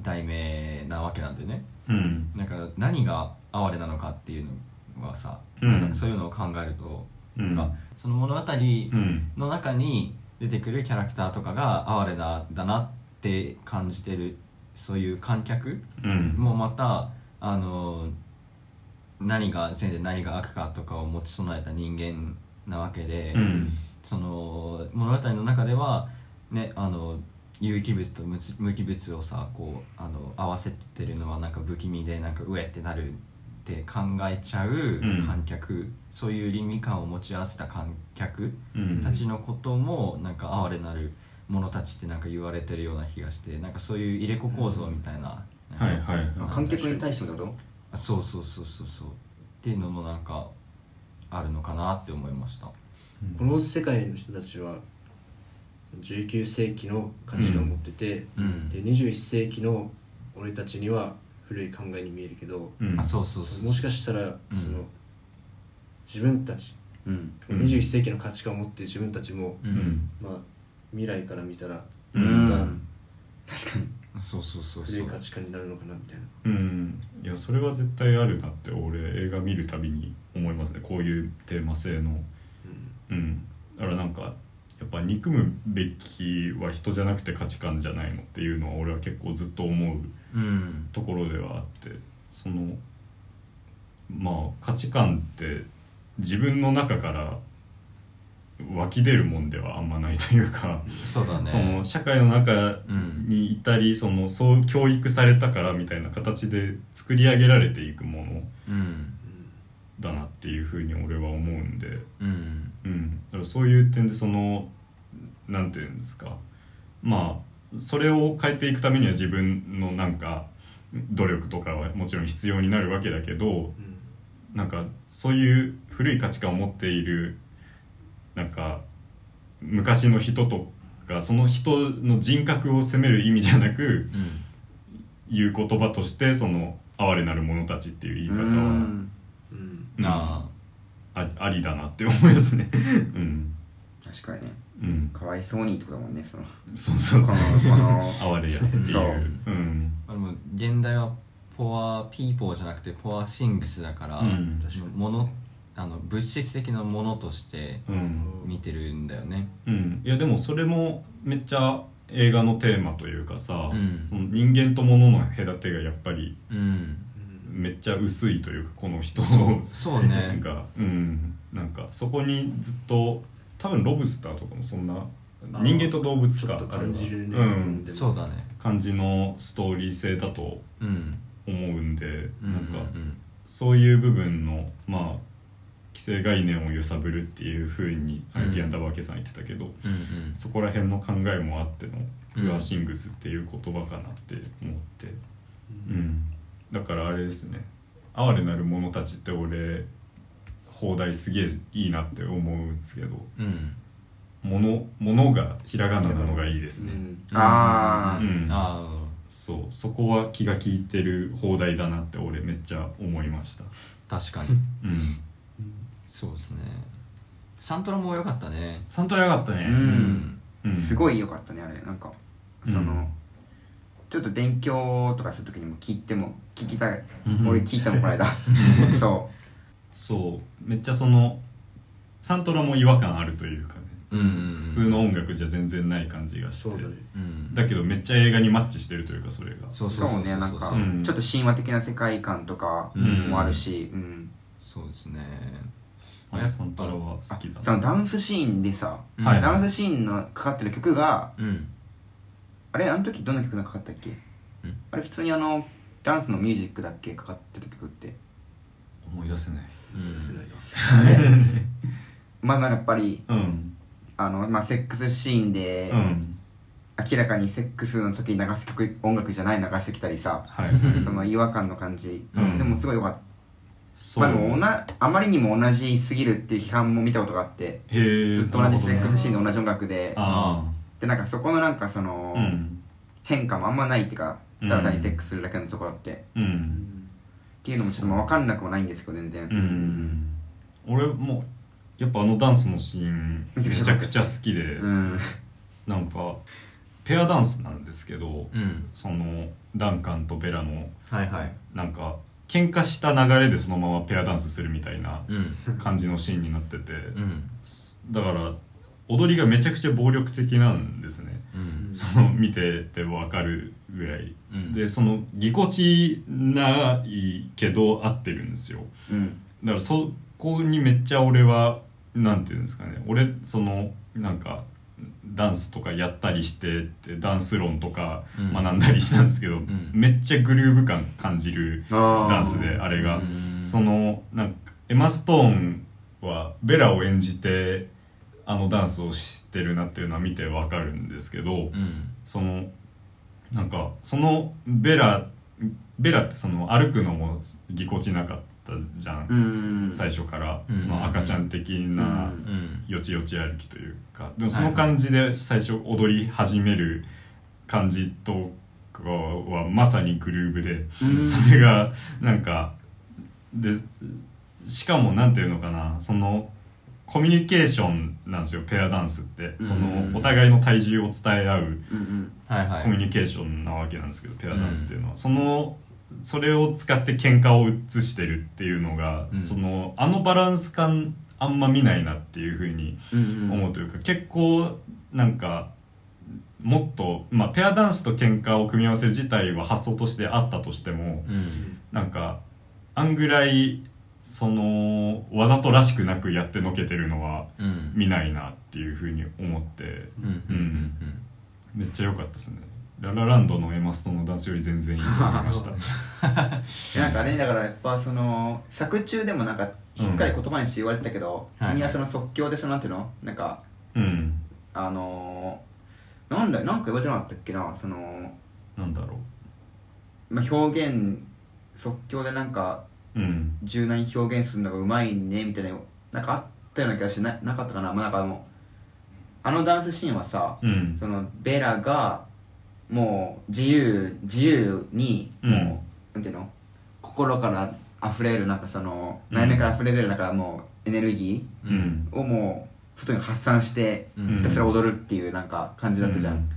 題名なわけなんだよねうんだから何が哀れなのかっていうのはさ、うんなんかそういうのを考えると、うんなんかその物語うんの中に出てくるキャラクターとかが哀れなだなって感じてるそういう観客うんもうまたあの何が善で何が悪かとかを持ち備えた人間なわけで、うんその物語の中ではねあの有機物と無無機物をさこうあの合わせてるのはなんか不気味でなんかうえってなるって考えちゃう観客、そういう倫理観を持ち合わせた観客うんたちのこともなんか哀れなる者たちってなんか言われてるような気がしてなんかそういう入れ子構造みたいな,、はいはいはいなんか観客に対してもだとあそうそうそうそうそうっていうのもなんかあるのかなって思いましたこの世界の人たちは19世紀の価値観を持ってて、うんで21世紀の俺たちには古い考えに見えるけど、うんあそうそうそうもしかしたらんその、自分たちうんうん21世紀の価値観を持って自分たちも、ううんんまあ、未来から見たらううん確かにそうそうそうそ古いう価値観になるのかなみたいなうんいやそれは絶対あるなって俺映画見るたびに思いますねこういうテーマ性のうんだからなんかやっぱ憎むべきは人じゃなくて価値観じゃないのっていうのは俺は結構ずっと思ううんところではあってそのまあ価値観って自分の中から湧き出るもんではあんまないというか、そうだねその社会の中うんにいたりそのそう教育されたからみたいな形で作り上げられていくものうんだなっていうふうに俺は思うんで、うんうん、だからそういう点でそのなんていうんですかまあそれを変えていくためには自分のなんか努力とかはもちろん必要になるわけだけどうんなんかそういう古い価値観を持っているなんか昔の人とかその人の人格を責める意味じゃなくうん言う言葉としてその哀れなる者たちっていう言い方はうんうんうんああありだなって思いますね。 うん、確かにねうん、かわいそうにってことだもんねそのそうそうこそうのこの哀れやっていうそううんあでも現代はポアピーポーじゃなくてポアシングスだから、うん確かにものあの物質的なものとしてうん見てるんだよねうんいやでもそれもめっちゃ映画のテーマというかさ、うんその人間と物の隔てがやっぱりうんうんめっちゃ薄いというかこの人そうのそうなねんかうんなんかそこにずっと多分ロブスターとかもそんなあ人間と動物かちょっと感じるねあれはうん、でもそうだね感じのストーリー性だとうん思うんで、うんなんか、うんそういう部分のまあ既成概念を揺さぶるっていうふうにうんディアンダバーケさん言ってたけど、うんうんそこら辺の考えもあっての「うんルアーシングス」っていう言葉かなって思って、うん、だからあれですね「哀れなる者たち」って俺放題すげえいいなって思うんですけどうん「物」物がひらがななのがいいですうね、んあーうんあそうそこは気が利いてる放題だなって俺めっちゃ思いましたー確かにうんそうですねサントラも良かったねサントラ良かったね、ううんうんすごい良かったねあれなんかその、ちょっと勉強とかするときにも聞いても聞きたい、うん俺聞いたのこの間そそうめっちゃそのサントラも違和感あるというかねうんうん普普通の音楽じゃ全然ない感じがしてそうだねうんだけどめっちゃ映画にマッチしてるというかそれがそううしそかうそもうそねうなんか、うんちょっと神話的な世界観とかもあるし、うんそうですねあれサントラは好きだそなのダンスシーンでさ、うんはいダンスシーンのかかってる曲がうんあれあの時どんな曲がかかったっけ、んあれ普通にあのダンスのミュージックだっけかかってた曲って思い出せないうん出せないなまあなんかやっぱりうんあの、まあ、セックスシーンで、うん明らかにセックスの時に流す曲音楽じゃない流してきたりさ はいその違和感の感じ、うんでもすごい良かったそうまあでもおなあまりにも同じすぎるっていう批判も見たことがあってへえずっと同じセックスしシーンで同じ音楽であでなんかそこのなんかそあの、うん変化もあんまないっていうかうんただ単にセックスするだけのところって、っううんんていうのもちょっとまあ分かんなくもないんですけど全然、うん俺もやっぱあのダンスのシーンめめちゃくちゃちゃくちゃ好きでうんなんかペアダンスなんですけどうんそのダンカンとベラのはいはいなんか喧嘩した流れでそのままペアダンスするみたいなうん感じのシーンになっててうんだから踊りがめちゃくちゃ暴力的なんですねうんその見ててわかるぐらいうんでそのぎこちないけど合ってるんですようんだからそこにめっちゃ俺はなんていうんですかね俺そのなんかダンスとかやったりしてってダンス論とかうん学んだりしたんですけど、んめっちゃグルーヴ感感じるあ ーダンスであれがうんそのなんかエマ・ストーンはベラを演じてあのダンスをしてるなっていうのは見てわかるんですけど、うんそのなんかそのベラベラってその歩くのもぎこちなかったじゃん、うん最初から、うんその赤ちゃん的なうんうんよちよち歩きというかでもその感じで最初踊り始める感じとかはまさにグルーブで、うんそれがなんかでしかもなんていうのかなそのコミュニケーションなんですよペアダンスってそのうんお互いの体重を伝え合ううんはいはいコミュニケーションなわけなんですけどペアダンスっていうのは、そのそれを使って喧嘩を移してるっていうのが、うんそのあのバランス感あんま見ないなっていうふうにうん思うというか、結構なんかもっと、まあ、ペアダンスと喧嘩を組み合わせる自体は発想としてあったとしてもうんなんかあんぐらいそのわざとらしくなくやってのけてるのはうん見ないなっていうふうに思ってうんうんうんめっちゃ良かったですねララランドのエマストのダンスより全然いいと思いま したなんかねだからやっぱその作中でもなんかしっかり言葉にして言われてたけど、うん君はその即興でそのなんていうのなんかうんあのー、なんだよなんか言われてなかったっけなその、なんだろまあ、表現即興でなんかううん柔軟に表現するのがうまいねみたいななんかあったような気がしななかったかな,、まあ、なんかあのあのダンスシーンはさうんそのベラがもう自由自由にうんもう、なんていうの心から溢れるなんかそのうん内面から溢れ出るなんかもうエネルギうんーをもう外に発散してうんひたすら踊るっていうなんか感じだったじゃん、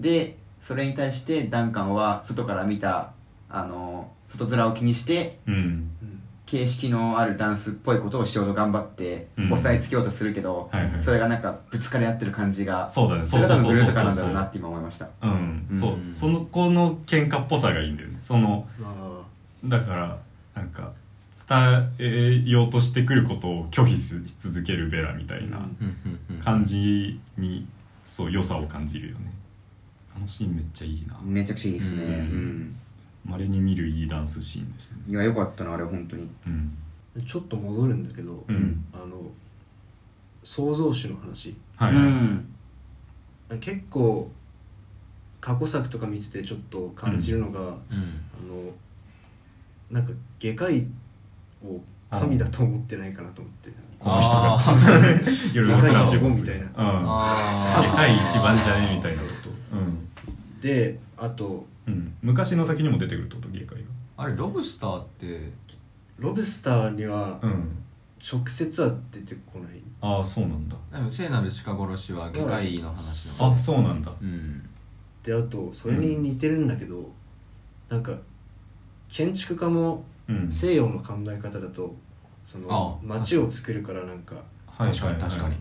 でそれに対してダンカンは外から見たあの外面を気にしてうん形式のあるダンスっぽいことをしようと頑張ってうん押さえつけようとするけど、はいはいそれがなんかぶつかり合ってる感じがそうだねそそうれそうが多分そグうルーそうプ感そうんなそだろうなっうて今思いましたうんそううんその子の喧嘩っぽさがいいんだよねそのあだからなんか伝えようとしてくることを拒否し続けるベラみたいなうんうんうん感じにそう良さを感じるよねあのシーンめっちゃいいなめちゃくちゃいいですねううんん、まれに見るいいダンスシーンでしたねいやよかったなあれ本当にうんあちょっと戻るんだけど、うんあの創造主の話はいはういん結構過去作とか見ててちょっと感じるのが、あうんのなんか外科医を神だと思ってないかなと思ってこの人があー夜遅らしい世界一も番すみたいなうんあ ー世界一番じゃねえみたいなことうん、であとうん、昔の先にも出てくるってこと外界があれロブスターってロブスターにはうん直接は出てこない、ああそうなんだでも聖なる鹿殺しは外科医の話なのあそうなんだうんであとそれに似てるんだけど、なんか建築家もうん西洋の考え方だとそのあ街を作るからなんかはい確はいはかにい確かに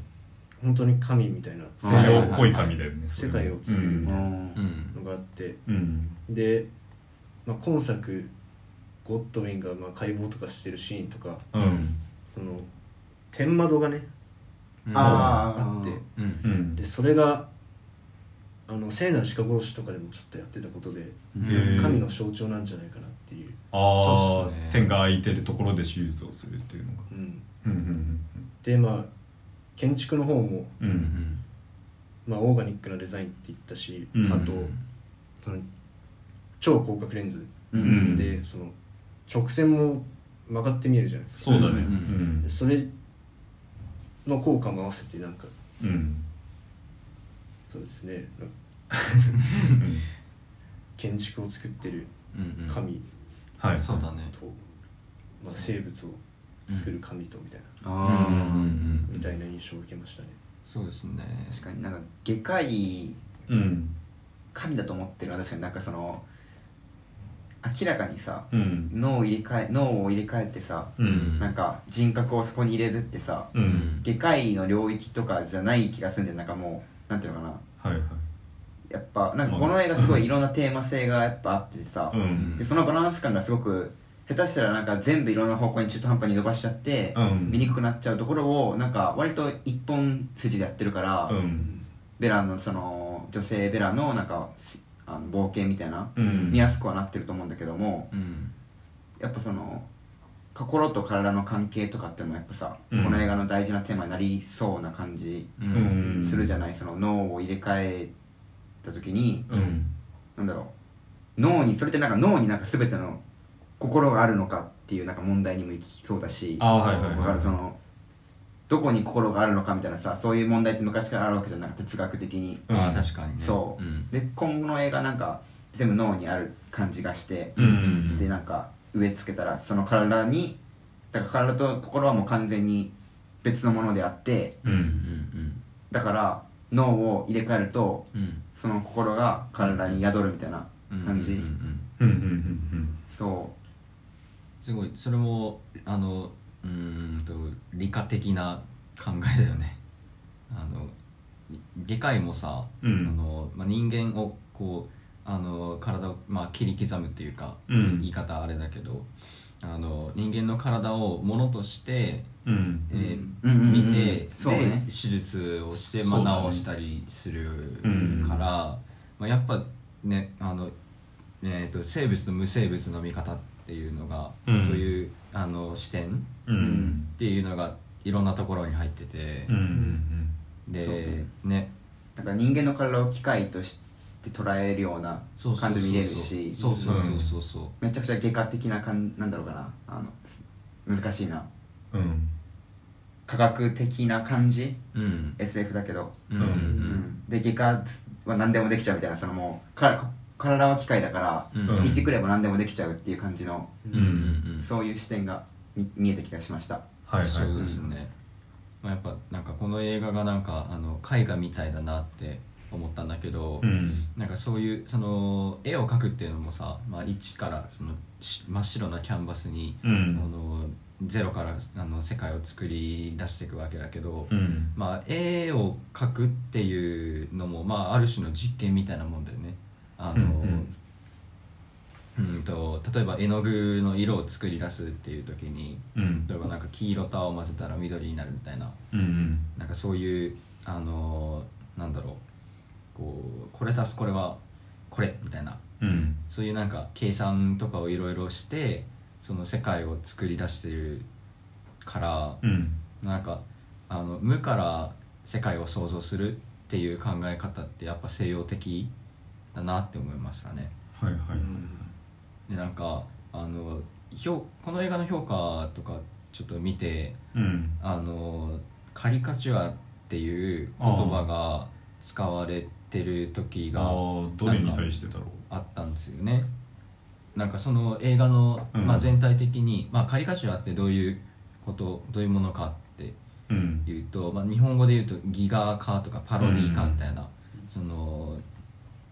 本当に神みたいな西洋っぽい神だよねそれは世界を作るみうたいなうんんのがあってうんで、まあ、今作ゴッドウィンがまあ解剖とかしてるシーンとかうんうんその天窓がねうんあーあってうんうでんそれがあの聖なる鹿殺しとかでもちょっとやってたことでうんへー神の象徴なんじゃないかなっていう、あそうっすあね天が空いてるところで手術をするっていうのがうん、うんうんでまあ建築の方も、うんううんんまあ、オーガニックなデザインって言ったし、うんあとその超広角レンズうんんで、その直線も曲がって見えるじゃないですかそうだねううんでそれの効果も合わせてなんかうんそうですねなんか建築を作ってるうんうん神はいそうだねと、まあ、生物を作る神とみたいな、あうんあみたいな印象を受けましたねそうですね確かになんか外科医うん神だと思ってるのは確かになんかその明らかにさうん脳を入れ替え脳を入れ替えてさうんなんか人格をそこに入れるってさううん外科医の領域とかじゃない気がするんでなんかもうなんていうのかなはいはいやっぱなんかこの映画すごいいろんなテーマ性がやっぱあってさ、うんでそのバランス感がすごく下手したらなんか全部いろんな方向に中途半端に伸ばしちゃって、うん見にくくなっちゃうところをなんか割と一本筋でやってるから、うんベラのその女性ベラのなんかしあの冒険みたいな、うん見やすくはなってると思うんだけどもうんやっぱその心と体の関係とかってもやっぱさ、うんこの映画の大事なテーマになりそうな感じううんんするじゃない、その脳を入れ替えた時に、うんなんだろう脳にそれってなんか脳になんか全ての心があるのかっていうなんか問題にもいきそうだしあーはいはいはいわかるそのどこに心があるのかみたいなさそういう問題って昔からあるわけじゃなくて哲学的に、うんああ確かにねそう、んで今後の映画なんか全部脳にある感じがして、うんうんでなんか植え付けたらその体にだから体と心はもう完全に別のものであってうんううんんだから脳を入れ替えるとうんうんその心が体に宿るみたいなうん感じ、うんうんうんうんうんそすごいそれもあのうーんと理科的な考えだよねあの理解もさ、うんあのまあ、人間をこうあの体を、まあ、切り刻むっていうか、うん言い方あれだけどあの人間の体をものとして、うんうんえーうんうんうんうん見て、そうねで手術をして、そうだねまあ、治したりするうんから、まあ、やっぱねあのえー、と生物と無生物の見方っていうのが、うんそういうあの視点うんうんっていうのがいろんなところに入ってて、うんうんでそうねねうだから人間の体を機械として捉えるようなそうそ感うそじうも見れるしそうそうそうそうそうめちゃくちゃ外科的な感なんだろうかなあの難しいなうん科学的な感じうん、 SF だけどうんうんうんで外科は何でもできちゃうみたいなそのもうか体は機械だから、うんうん1くれば何でもできちゃうっていう感じの、うんうんそういう視点が見見えた気がしましたはいはいそうですね、まあ、やっぱなんかこの映画がなんかあの絵画みたいだなって思ったんだけど、うんなんかそういうその絵を描くっていうのもさ、まあ、1からそのし真っ白なキャンバスに、うんあのゼロからあの世界を作り出していくわけだけど、うんまあ、絵を描くっていうのも、まあ、ある種の実験みたいなもんだよね。あのうんうんと例えば絵の具の色を作り出すっていう時にうん例えばなんか黄色と青を混ぜたら緑になるみたいなうんなんかそういうあのーなんだろうこうこれ足すこれはこれみたいなうんそういうなんか計算とかをいろいろしてその世界を作り出してるからうんなんかあの無から世界を創造するっていう考え方ってやっぱ西洋的だなって思いましたね。はいはいでなんかあの評この映画の評価とかちょっと見てうんあのカリカチュアっていう言葉が使われてる時あがーどれに対してだろあったんですよねなんかその映画の、うんまあ、全体的に、まあ、カリカチュアってどういうことどういうものかってううんいうと、まあ、日本語で言うとギガー化とかパロディー化みたいな、その、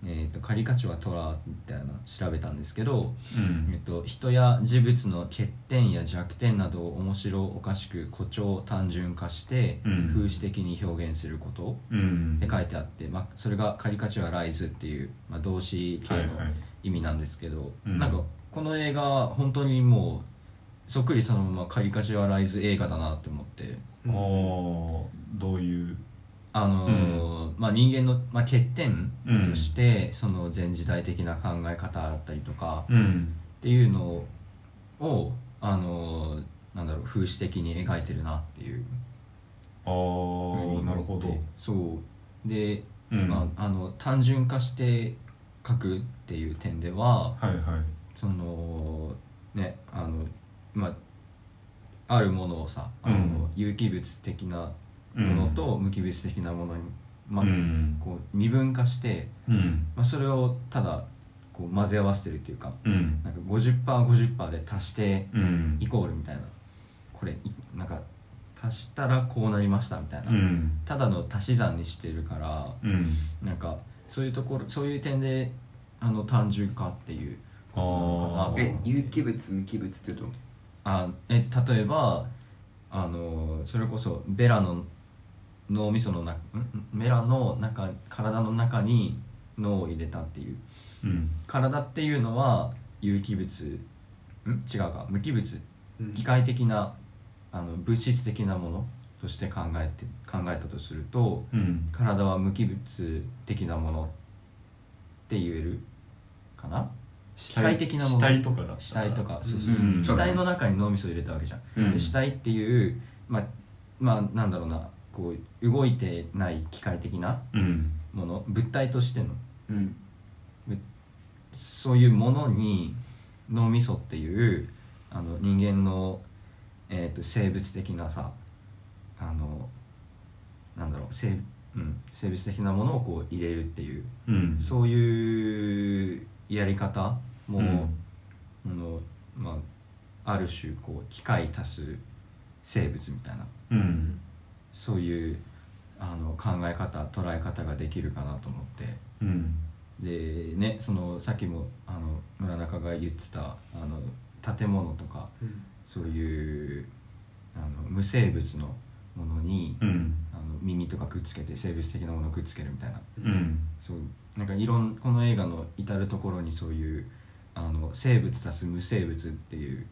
えー、とカリカチュアトラみたいなの調べたんですけど、うんえっと、人や事物の欠点や弱点などを面白おかしく誇張単純化して、うん風刺的に表現することうんって書いてあって、まあ、それがカリカチュアライズっていう、まあ、動詞系はいのはい意味なんですけど、うんなんかこの映画本当にもうそっくりそのままカリカチュアライズ映画だなって思って。あーどういうあのーまあ、人間の、まあ、欠点として、その前時代的な考え方だったりとかうんっていうのを、あのーなんだろう風刺的に描いてるなっていうああなるほどそうで、うんまあ、あの単純化して描くっていう点でははいはいそのねあのまああるものをさあうんの有機物的なものと無機物的なものに、まあうんこう二分化して、うんまあ、それをただこう混ぜ合わせてるっていうかうんなんか 50%50% で足してうんイコールみたいなこれいなんか足したらこうなりましたみたいな、うんただの足し算にしてるからうんなんかそういうところそういう点であの単純化っていうあああえ有機物無機物っていうとあえ例えばあのそれこそベラの脳みその中ベラの中体の中に脳を入れたっていううん体っていうのは有機物ん違うか無機物機械的なあの物質的なものとして考えて考えたとするとうん体は無機物的なものって言えるかな機械的なも死の体とかだったら死体とかそうそううそんう死体の中に脳みそを入れたわけじゃん、うんで死体っていうまあまあなんだろうなこう動いてない機械的なうんもの物体としてのうんぶそういうものに脳みそっていうあの人間の、えー、と生物的なさあのなんだろう生,、うん、生物的なものをこう入れるっていううんそういうやり方も、うんあのまあ、ある種こう機械足す生物みたいなうんそういうあの考え方捉え方ができるかなと思ってうんでねそのさっきもあの村中が言ってたあの建物とかそういうあの無生物のものに、うんあの耳とかくっつけて生物的なものをくっつけるみたいなうんそうなんかいろんこの映画の至る所にそういうあの生物足す無生物っていう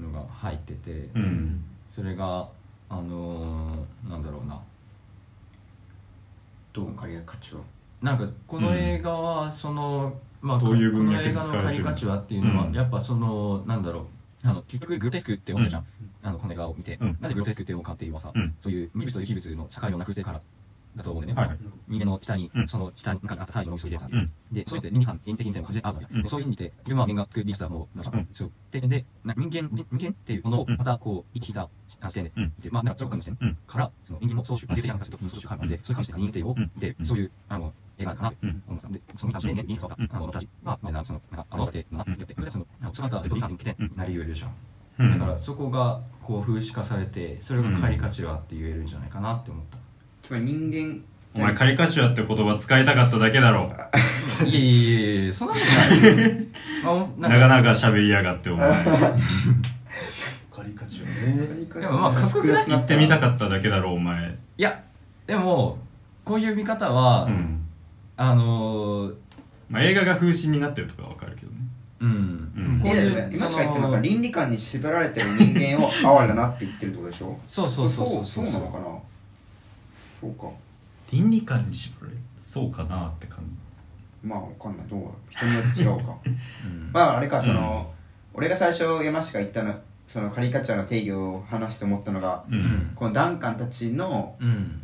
のが入ってて、うんそれがあのーなんだろうなどうかりや課長なんかこの映画はその、まあどういうこ文の脈映で画使われのてるカリカチュアっていうのは、うんやっぱそのなんだろうあの結局グロテスクって思ったじゃん、あのこの映画を見て、うんなんでグロテスクって思うかっていうのはさ、うんそういう無物と有機物の境をなくしてからだと思うんだよね、はいはい人間の下に、うんその下になんかあった胎児の結びでさ、うんで、そういうのって倫理観、倫理的みたいな感じであるわけ、うんそういう意味で、ヒューマン人間が作り出したものなんか、うんそう、で、で、な人間、人人間っていうものをうんまたこう、生きた視点で、うんで、まあ、なんかそういう感じで、うんから、その人間も総集、まあ、絶対なんかちょっと、総集会なんで、そういう感じで人間ってを、うんでう、んそういう、あの、映画なんかなってうん思ったんで、その感じで、人間とか、あの、私は、まあ、なんかその、なんか、あの、って、なってって、それでその、なんかその後はずっと倫理観になり得るじゃん。うんだから、そこが、こう、風刺化されて、それがカリカチュアって言えるんじゃないかなって思った。つまり人お前間カリカチュアって言葉使いたかっただけだろいやいやいやいや、そんなことない。 まあおななんかなかか喋りやがってお前カリカチュアねででもまあかっこよくない言ってみたかっただけだろお前いや、でも、こういう見方は、うんあのー、まあ映画が風刺になってるとかはわかるけどねうん、うんこういやいいうや今そしか言ってるのはさの倫理観に縛られてる人間を哀れなって言ってるってことでしょそうそうそうそうそうなのかなそうか倫理観に絞れそうかなって感まあわかんないどう人によって違うか うんまああれかその、俺が最初山下が言ったのそのカリカチュアの定義を話して思ったのが、じうんこのダンカンたちのうん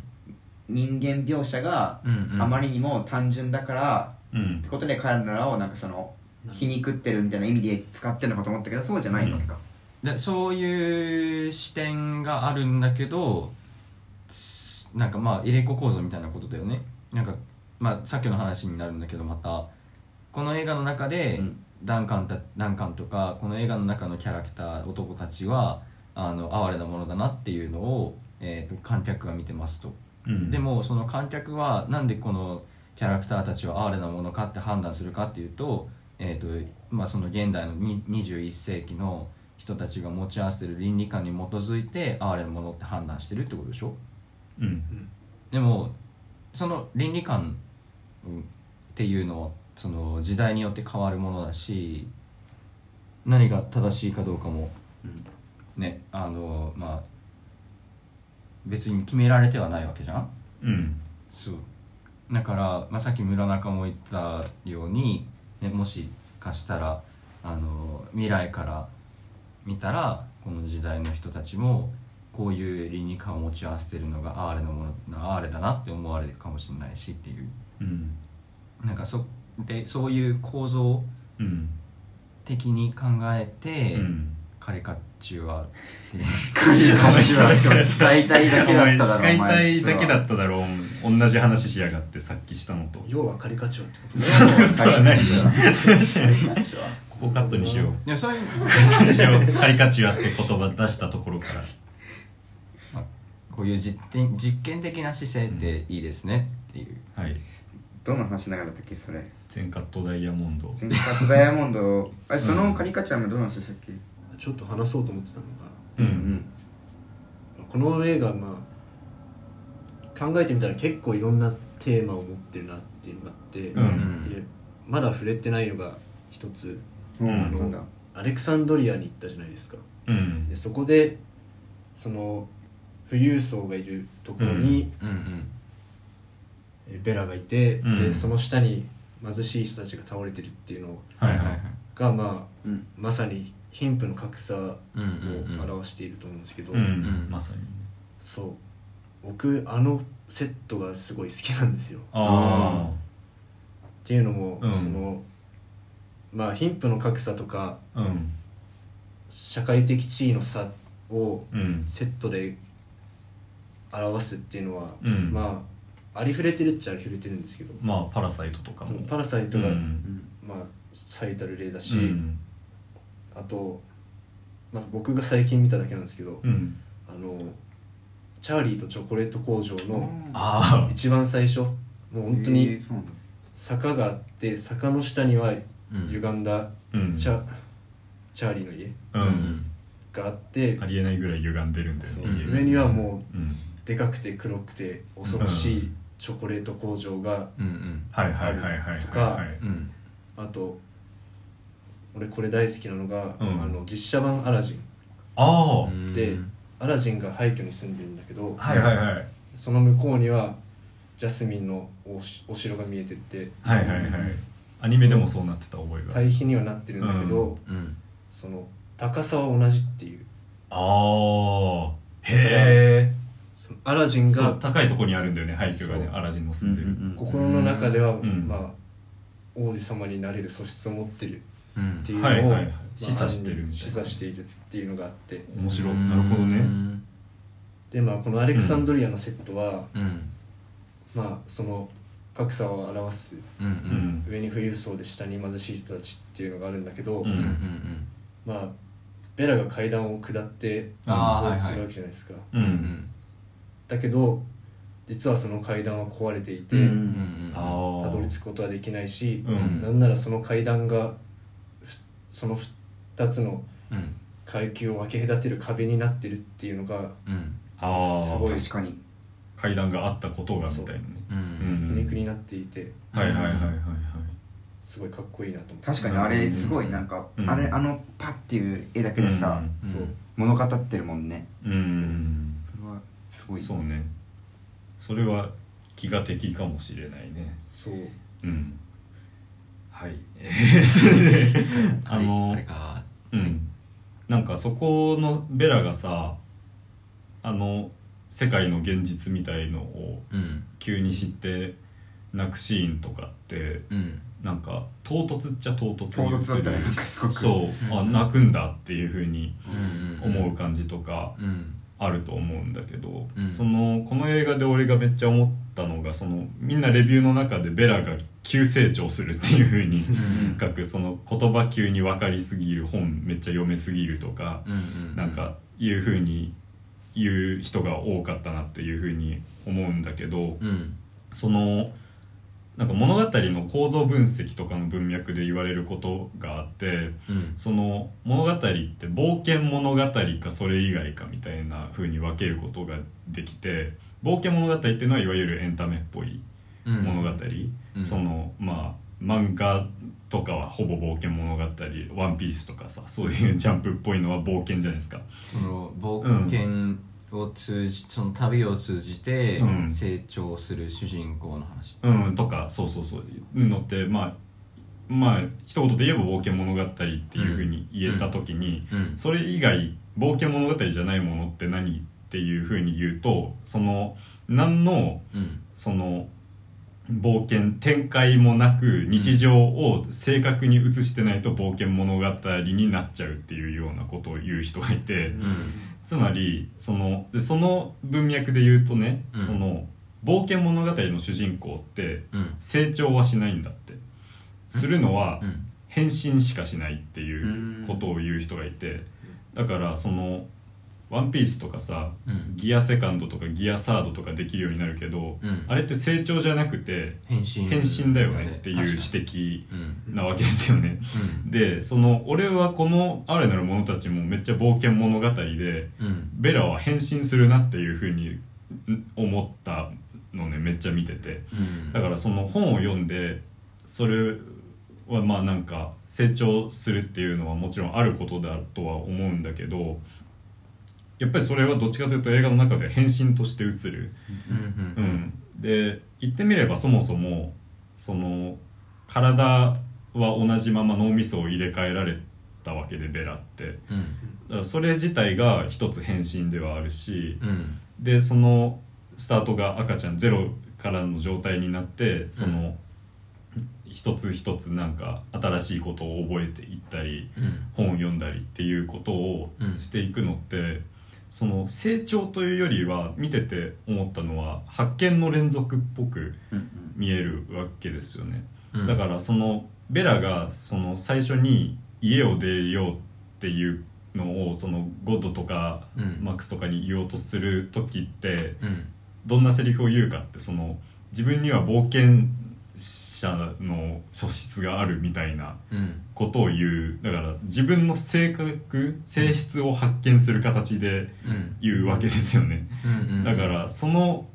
人間描写がうんうんあまりにも単純だから、うんってことで彼らをなんかその皮肉ってるみたいな意味で使ってるのかと思ったけどそうじゃないわけか、でそういう視点があるんだけどつなんかまあ入れ子構造みたいなことだよねなんか、まあ、さっきの話になるんだけどまたこの映画の中で、うんダンカンたダンカンとかこの映画の中のキャラクター男たちはあの哀れなものだなっていうのを、えーと観客が見てますと。うんでもその観客はなんでこのキャラクターたちは哀れなものかって判断するかっていうと,、えーとまあ、その現代のに21世紀の人たちが持ち合わせてる倫理観に基づいて哀れなものって判断してるってことでしょうんでもその倫理観うんっていうのはその時代によって変わるものだし何が正しいかどうかも、ねあのまあ別に決められてはないわけじゃん。うんそうだから、まあ、さっき村中も言ったように、ね、もしかしたらあの未来から見たらこの時代の人たちもこういう倫理観を持ち合わせてるのがアーレのものアーレだなって思われるかもしれないしっていううんなんかそでそういう構造うん的に考えて、うんカリカチュアっていうカリカチュアって使いたいだけだっただおろ前使いたいだけだっっただろう同じ話しやがってさっきしたのと要はカリカチュアってことねそんなことはないよカリカチュア ここカットにしようでもそういう、カットにしようカリカチュアって言葉出したところからまあ、こういう実験実験的な姿勢っていいですねっていう。はい どんな話しながらだったっけそれ全カットダイヤモンド全角ダイヤモンドあれそのカリカチュアもどんな話でしたっけちょっと話そうと思ってたのがううんんこの映画まあ考えてみたら結構いろんなテーマを持ってるなっていうのがあって、うんでまだ触れてないのが一つうんんなんだアレクサンドリアに行ったじゃないですかうんでそこでその富裕層がいるところにうんうんえベラがいて、うんでその下に貧しい人たちが倒れてるっていうのをはいはいはい考が、まあ、うんまさに貧富の格差をうんうんうん表していると思うんですけど、うんうんまさにそう僕あのセットがすごい好きなんですよ。あっていうのも、うんそのまあ貧富の格差とかあうん社会的地位の差をうんセットで表すっていうのは、うんまあありふれてるっちゃありふれてるんですけど、まあパラサイトとかもパラサイトうが、んまあ、最たる例だうし、んあと、まあ、僕が最近見ただけなんですけど、うんあのチャーリーとチョコレート工場のあ一番最初もう本当えにーそうなんだ坂があって坂の下にはうん歪んだあうんチャ,、チャーリーの家ううんんがあって、ありえないぐらい歪んでるんだよそうねん上にはもううんでかくて黒くて恐ろしいチョコレート工場がうんうんはいはいはいはいはいとかはいうんあと俺これ大好きなのが、うんあの実写版「アラジンあ」で、アラジンが廃墟に住んでるんだけどあはいはいはいその向こうにはジャスミンのおしお城が見えてってはいはいはいアニメでもそうなってた覚えが対比にはなってるんだけど、ううんその高さは同じっていうああへそのアラジえンそうが高いとこにあるんだよね廃墟がねそうアラジンの住んでるうんうんうん心の中では、んまあ王子様になれる素質を持ってるうんっていうはいのを、はいはいまあ示唆してるみたいな示唆しているっていうのがあって面白いなるほどうねんでまあこのアレクサンドリアのセットは、うんまあその格差を表すうんうんううんん上に富裕層で下に貧しい人たちっていうのがあるんだけど、うんうんうんまあベラが階段を下ってあーこはういすはいるわけじゃないですか、ううんんだけど実はその階段は壊れていて、うんうんうんああたどり着くことはできないし、うんなんならその階段がふその2つのうん階級を分け隔てる壁になってるっていうのがうんあすあごい確かに階段があったことがみたいなねううんん皮肉になっていてはいはいはいはいはいすごいかっこいいなと思って確かにあれすごいなんか、うんあれあのパッっていう絵だけでさ、うんそう物語ってるもんねうんそれはすごいそうねそれは気が敵かもしれないねそううんはいえー それでああののあれかうんなんかそこのベラがさあの世界の現実みたいのをうん急に知って泣くシーンとかってうんなんか唐突っちゃ唐突唐に映る突だったねなんかすごくそう、あうん泣くんだっていうふうにうん思う感じとかうんあると思うんだけど、うんそのこの映画で俺がめっちゃ思ったのがそのみんなレビューの中でベラが急成長するっていうふうにん書くその言葉急に分かりすぎる本めっちゃ読めすぎるとか、うんうんなんかいうふうに言う人が多かったなっていうふうに思うんだけど。うんそのなんか物語の構造分析とかの文脈で言われることがあってうんその物語って冒険物語かそれ以外かみたいな風に分けることができて冒険物語っていうのはいわゆるエンタメっぽいうん物語、うんそのまあ漫画とかはほぼ冒険物語「ワンピースとかさそういう ジャンプっぽいのは冒険じゃないですか。その冒険を通じ、その旅を通じてうん成長する主人公の話うん、とかそうそうそういうのってまあまあ一言で言えば冒険物語っていうふうに言えた時に、うんそれ以外冒険物語じゃないものって何っていうふうに言うとその何のうんその冒険展開もなく日常を正確に映してないと冒険物語になっちゃうっていうようなことを言う人がいて。うんつまりそのでその文脈で言うとね、うんその冒険物語の主人公ってうん成長はしないんだってするのはうん変身しかしないっていうことを言う人がいてだからその「ワンピースとかさうんギアセカンドとかギアサードとかできるようになるけど、うんあれって成長じゃなくて変身変身だよねっていう指摘うんなわけですよね。うんでその俺はこの「あれなる者たち」もめっちゃ冒険物語でうんベラは変身するなっていうふうにん思ったのねめっちゃ見ててうんだからその本を読んでそれはまあなんか成長するっていうのはもちろんあることだとは思うんだけどやっぱりそれはどっちかというと映画の中で変身として映るうんうん、で言ってみればそもそもその体は同じまま脳みそを入れ替えられたわけでベラってだうんからそれ自体が一つ変身ではあるし、うんでそのスタートが赤ちゃんゼロからの状態になってその、一つ一つなんか新しいことを覚えていったりうん本を読んだりっていうことをしていくのって、その成長というよりは見てて思ったのは発見の連続っぽくうん見えるわけですよね、うんだからそのベラがその最初に家を出ようっていうのをそのゴッドとかうんマックスとかに言おうとする時ってうんどんなセリフを言うかってその自分には冒険者の素質があるみたいなうんことを言うだから自分の性格性質を発見する形でうん言うわけですよね。うんうんだからその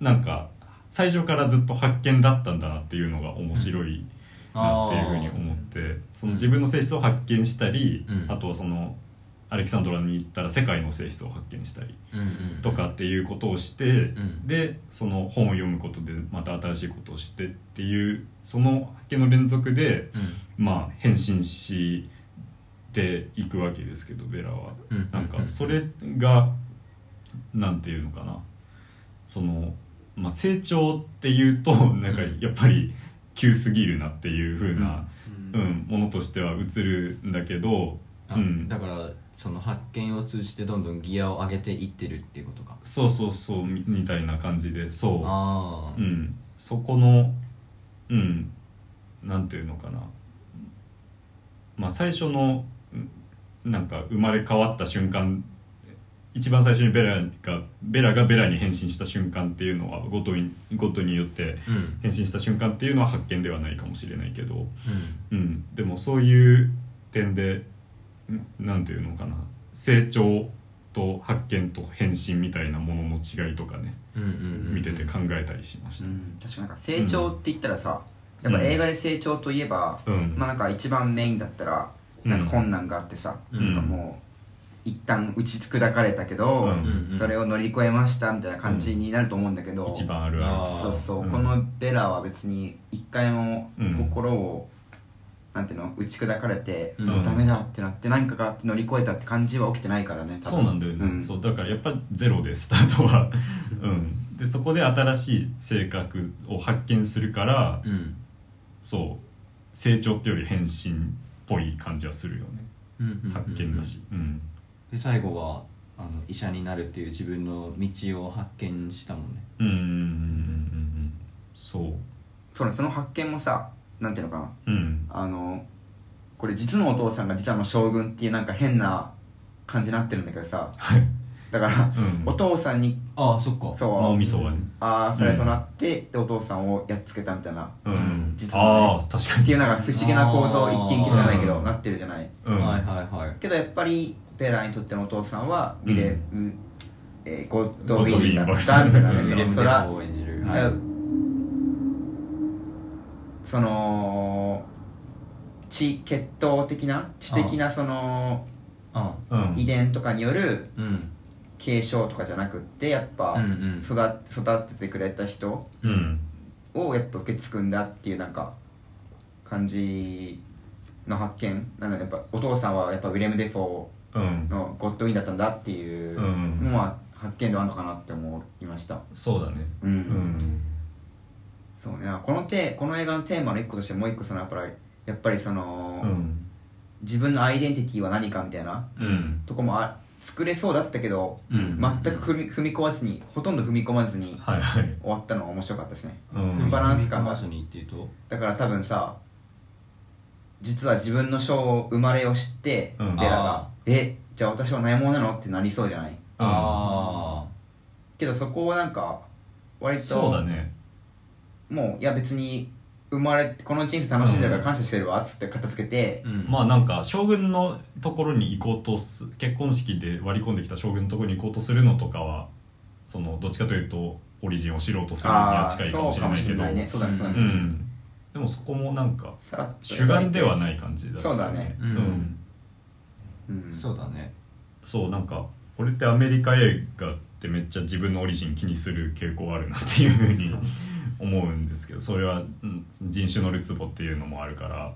なんか最初からずっと発見だったんだなっていうのが面白いなっていうふうに思ってその自分の性質を発見したり、うんあとはそのアレキサンドラに行ったら世界の性質を発見したりうんうんとかっていうことをして、んでその本を読むことでまた新しいことをしてっていうその発見の連続でうんまあ変身していくわけですけどベラは。うんなんかそれがなんていうのかなその、まあ、成長っていうとなんかやっぱり急すぎるなっていう風な、うんものとしては映るんだけど、あうんだからその発見を通じてどんどんギアを上げていってるっていうことかそうそうそうみみたいな感じでそあう、うん、そこの、うん、なんていうのかな、まあ、最初のうんなんか生まれ変わった瞬間一番最初にベラがベラがベラに変身した瞬間っていうのはゴトにゴトによってあうん変身した瞬間っていうのは発見ではないかもしれないけど、うんうん、でもそういう点でんなんていうのかな成長と発見と変身みたいなものの違いとかねうんうん見てて考えたりしましうた。ん確かになんか成長って言ったらさ、やっぱ映画で成長といえば、うんまあなんか一番メインだったらなんか困難があってさ、うんなんかもう一旦打ち砕かれたけど、うんそれを乗り越えましたみたいな感じになると思うんだけど、一番あるああーそうそう、うんこのベラは別に一回もうん心を、なんていうの打ち砕かれて、うんもうダメだってなって何かがあって乗り越えたって感じは起きてないからねるそうなんだよね、そうだからやっぱゼロでスタートは、うん、でそこで新しい性格を発見するから、うんそう成長ってより変身っぽい感じはするよねうんうん発見だし、うんで最後はあの医者になるっていう自分の道を発見したもんねうんうんうんうんうんそうそうねその発見もさなんていうのかな うんあのこれ実のお父さんが実はあの将軍っていうなんか変な感じになってるんだけどさはいだから、うんお父さんにああそっかそう脳みそはねああそれそうなって、でお父さんをやっつけたみたいなうん、うん実はねああ確かにっていうなんか不思議な構造あー一見気づかないけど、うんなってるじゃないうんはいはいはいけどやっぱりペラにとってのお父さんはミレ、ううんえーゴッドウィンだったゴッみたいドウなィねンそミバレのム・そデらラを演じるだからその血血統的な知的なそのあうん遺伝とかによるうん継承とかじゃなくってやっぱうんうん育育ててくれた人うんをやっぱ受け継ぐんだっていうなんか感じの発見なんだやっぱお父さんはやっぱウィレム・デフォうんーのゴッドウィンだったんだっていううんのは発見ではあるのかなって思いましたそうだねうん、うんそうねこのてこの映画のテーマの一個としてもう一個そのやっぱりやっぱりその、うん自分のアイデンティティは何かみたいなうんとこもあ作れそうだったけど、うん全く踏み踏み込まずにほとんど踏み込まずにはいはい終わったのが面白かったですねうんバランス感がマシにっていうとだから多分さ実は自分の性を生まれを知って、うんベラがあ「えじゃあ私は何者なの?」ってなりそうじゃないああけどそこをなんか割とそうだねもういや別に生まれこの人生楽しんでるから感謝してるわっつって片付けて、まあなんか将軍のところに行こうとす結婚式で割り込んできた将軍のところに行こうとするのとかはそのどっちかというとオリジンを知ろうとするのにはああ近いかもしれないけどそうかもしれないねそうだねそうだうね、ん、でもそこもなんかさらっと主眼ではない感じだったそうだねううんんうんそうだねそうなんかこれってアメリカ映画ってめっちゃ自分のオリジン気にする傾向あるなっていうふうに思うんですけどそれはうん人種のるつぼっていうのもあるから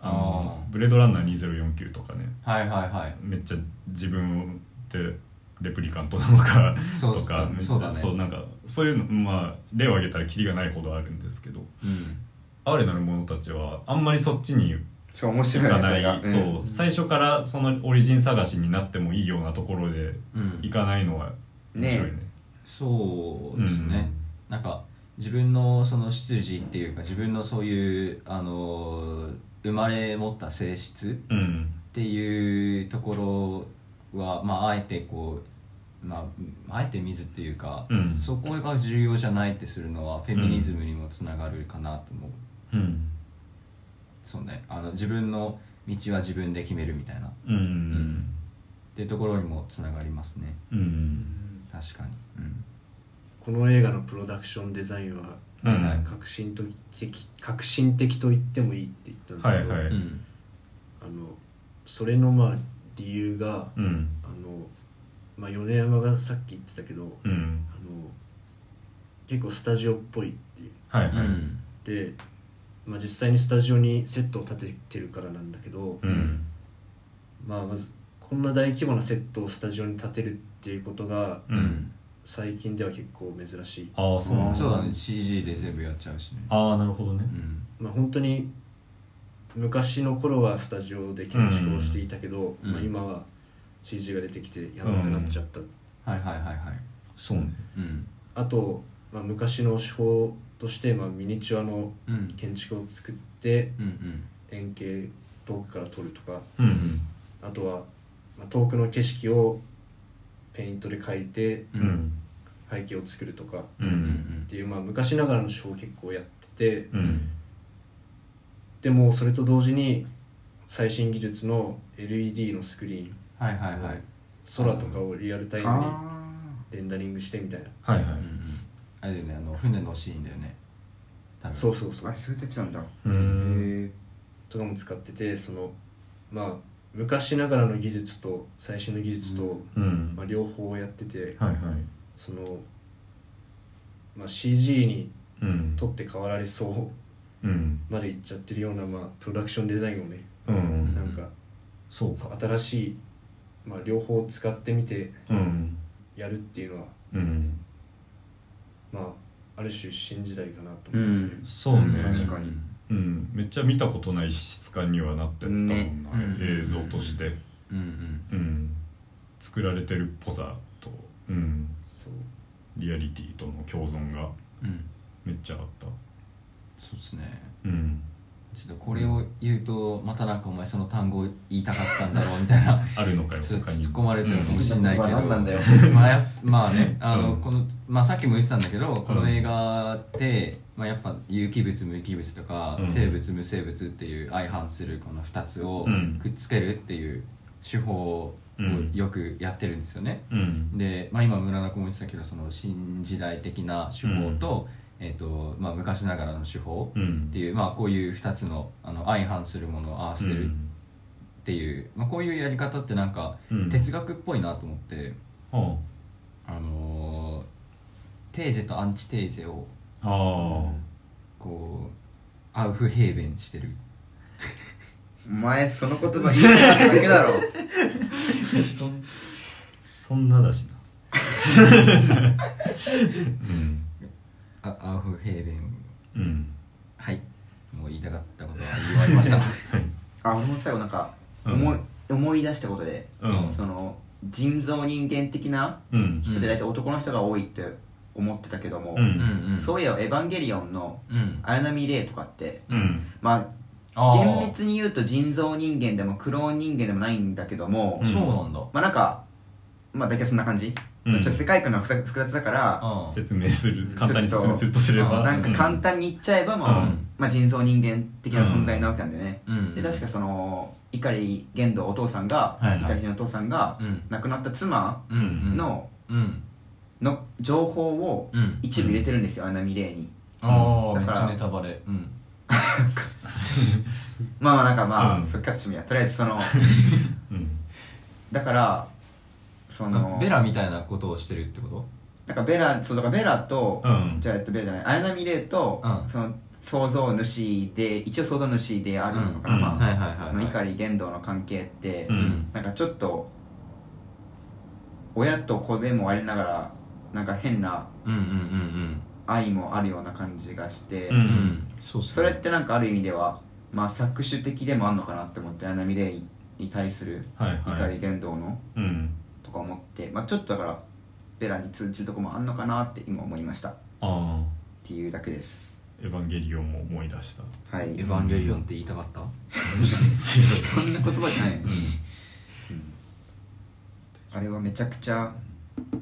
あのあーブレードランナー2049とかねはいはいはいめっちゃ自分ってレプリカントなのかそとうかめっちゃそうだねそうなんかそういうのまあ例を挙げたらキリがないほどあるんですけどうん哀れなる者たちはあんまりそっちにそう面行白いかねそなれがいそう、ん最初からそのオリジン探しになってもいいようなところでうん行かないのは面白いねねそうですね、なんか自分のその出自っていうか自分のそういうあの生まれ持った性質うんっていうところは、まあ、あえてこう、まあ、あえて見ずっていうか、うんそこが重要じゃないってするのはフェミニズムにもつながるかなと思う、うんそうねあの自分の道は自分で決めるみたいなっうんうんていうところにもつながりますねうん確かに、うん、この映画のプロダクションデザインはうんはい革新的革新的と言ってもいいって言ったんですはけいど、はいうん、あのそれのまあ理由が、うんあのまあ、米山がさっき言ってたけど、あうんの結構スタジオっぽいっていうはいうはいんで、まあ、実際にスタジオにセットを立ててるからなんだけど、うんまあ、まずこんな大規模なセットをスタジオに立てるっていうことがうん最近では結構珍しい、ああそうなんそうだね CG で全部やっちゃうしねああなるほどねうんまあ、本当に昔の頃はスタジオで建築をしていたけど、うんまあ、今は CG が出てきてやらなくなっちゃった、はいはいはいはいそうねうんあと、まあ、昔の手法として、まあ、ミニチュアのうん建築を作ってうんうん円形遠くから撮るとかうんあとは、まあ、遠くの景色をペイントで描いてうんうん背景を作るとかううんんっていう、まあ、昔ながらの手法を結構やっててうんでもそれと同時に最新技術の LED のスクリーンはいはいはい空とかをリアルタイムにあレンダリングしてみたいなはいはうんうんあれだよねあの船のシーンだよね多分そうそうそーあうれそうやってやってたんだへいうんえとかも使っててそのまあ昔ながらの技術と最新の技術と、うんまはあ、両方やってていはいその、まあ、CG にうん取って代わられそううんまでいっちゃってるような、まあ、プロダクションデザインをねうなんんかそうか新しい、まあ、両方使ってみてうんやるっていうのはうんまあある種新時代かなと思うんですけど、そうね確かにうんめっちゃ見たことない質感にはなってったもんなね映像としてうんうんうん作られてるっぽさとうんそうリアリティとの共存がうんめっちゃあったそうですねうんちょっとこれを言うとまたなんかお前その単語言いたかったんだろうみた いなあるのかよちょっと他に突っ込まれちゃうかもしれないけどうん何なんだよまあやまあねあの、うんこのまあ、さっきも言ってたんだけどこうのん映画って、まあ、やっぱ有機物無機物とか、うん生物無生物っていう相反するこの2つをうんくっつけるっていう手法うをんよくやってるんですよね。うんで、まあ、今村田君も言ってたけどその新時代的な手法と,、えっとまあ、昔ながらの手法うっんていう、まあ、こういう2つのあの相反するものを合わせてるっていう、まあ、こういうやり方ってなんかうん哲学っぽいなと思って、ああのーテーゼとアンチテーゼをああこうアウフヘーベンしてるお前その言葉言いたいだけだろそそんなだしなうんあアウフヘーベンうんはいもう言いたかったことは言われました あ俺も最後なんかうん思い思い出したことでうんその人造人間的なうん人で大体男の人が多いって思ってたけどもうんうんうんそういえば「エヴァンゲリオン」のうん綾波レイとかってうんまああー厳密に言うと人造人間でもクローン人間でもないんだけどもうんそうなんだ、まあなんかまあ大体そんな感じちうょんっと世界観が複雑だからあ説明する簡単に説明するとすればなんか簡単に言っちゃえばまあうんまあ人造人間的な存在なわけなんだよねうんで確かその碇玄道お父さんがはいはい碇人のお父さんがうん亡くなった妻うんうんのうんの情報をうん一部入れてるんですよ綾波レイにああめだかっちらゃネタバレうんまあまあなんかまうあんそっかちもやとりあえずそのうんだからそのベラみたいなことをしてるってことなんかベラそうだからベラと、うんじゃあえっとベラじゃない綾波レイと、うんその創造主で一応創造主であるのかな、うんまあいはいあの碇玄道の関係って、うんなんかちょっと親と子でもありながらなんか変なうんうんうん愛もあるような感じがして、うんうんうんそうっすそねれってなんかある意味では、まあ、搾取的でもあるのかなって思って綾波レイに対するはいは碇い玄道のうんとか思って、まあ、ちょっとだからベラに通じるとこもあんのかなって今思いましたっあていうだけですあエヴァンゲリオンも思い出した はいエヴァンゲリオンって言いたかったそんな言葉じゃない、あれはめちゃくちゃ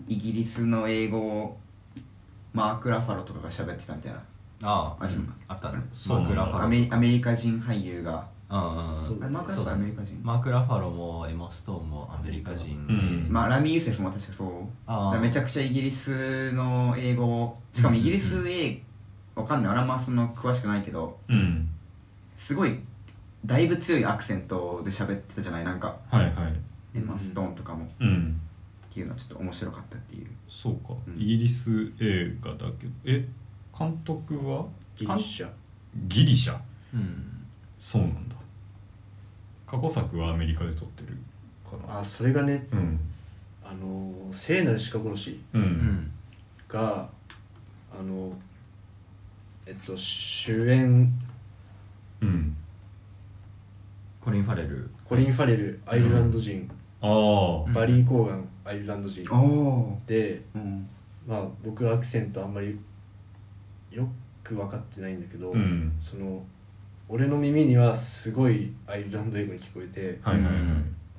イギリスの英語をマーク・ラファロとかが喋ってたみたいなあああそうあったねそうマーク・ラファアローメリアメリカ人俳優がうんうんあマーク・ラファロアメリカ人、マーク・ラファローもエマ・ストーンもアメリカ人で、うんまあ、ラミ・ユーセフも確かそうああめちゃくちゃイギリスの英語をしかもイギリス英わかんない俺はまあそんな詳しくないけどうんすごいだいぶ強いアクセントで喋ってたじゃないなんかはいはいエマ・ストーンとかもっうんていうのはちょっと面白かったっていうそうか、うんイギリス映画だけどえ監督はギリシャギリシャうんそうなんだ過去作はアメリカで撮ってるかなあそれがねうんあの聖なる鹿殺しうん、うんがあのえっと主演うん、コリン・ファレルコリン・ファレルアイルランド人、ああ、うんバリー・コーガンアイルランド人、おでうんまあ僕はアクセントあんまりよく分かってないんだけど、うんその俺の耳にはすごいアイルランド英語に聞こえてはいはいはい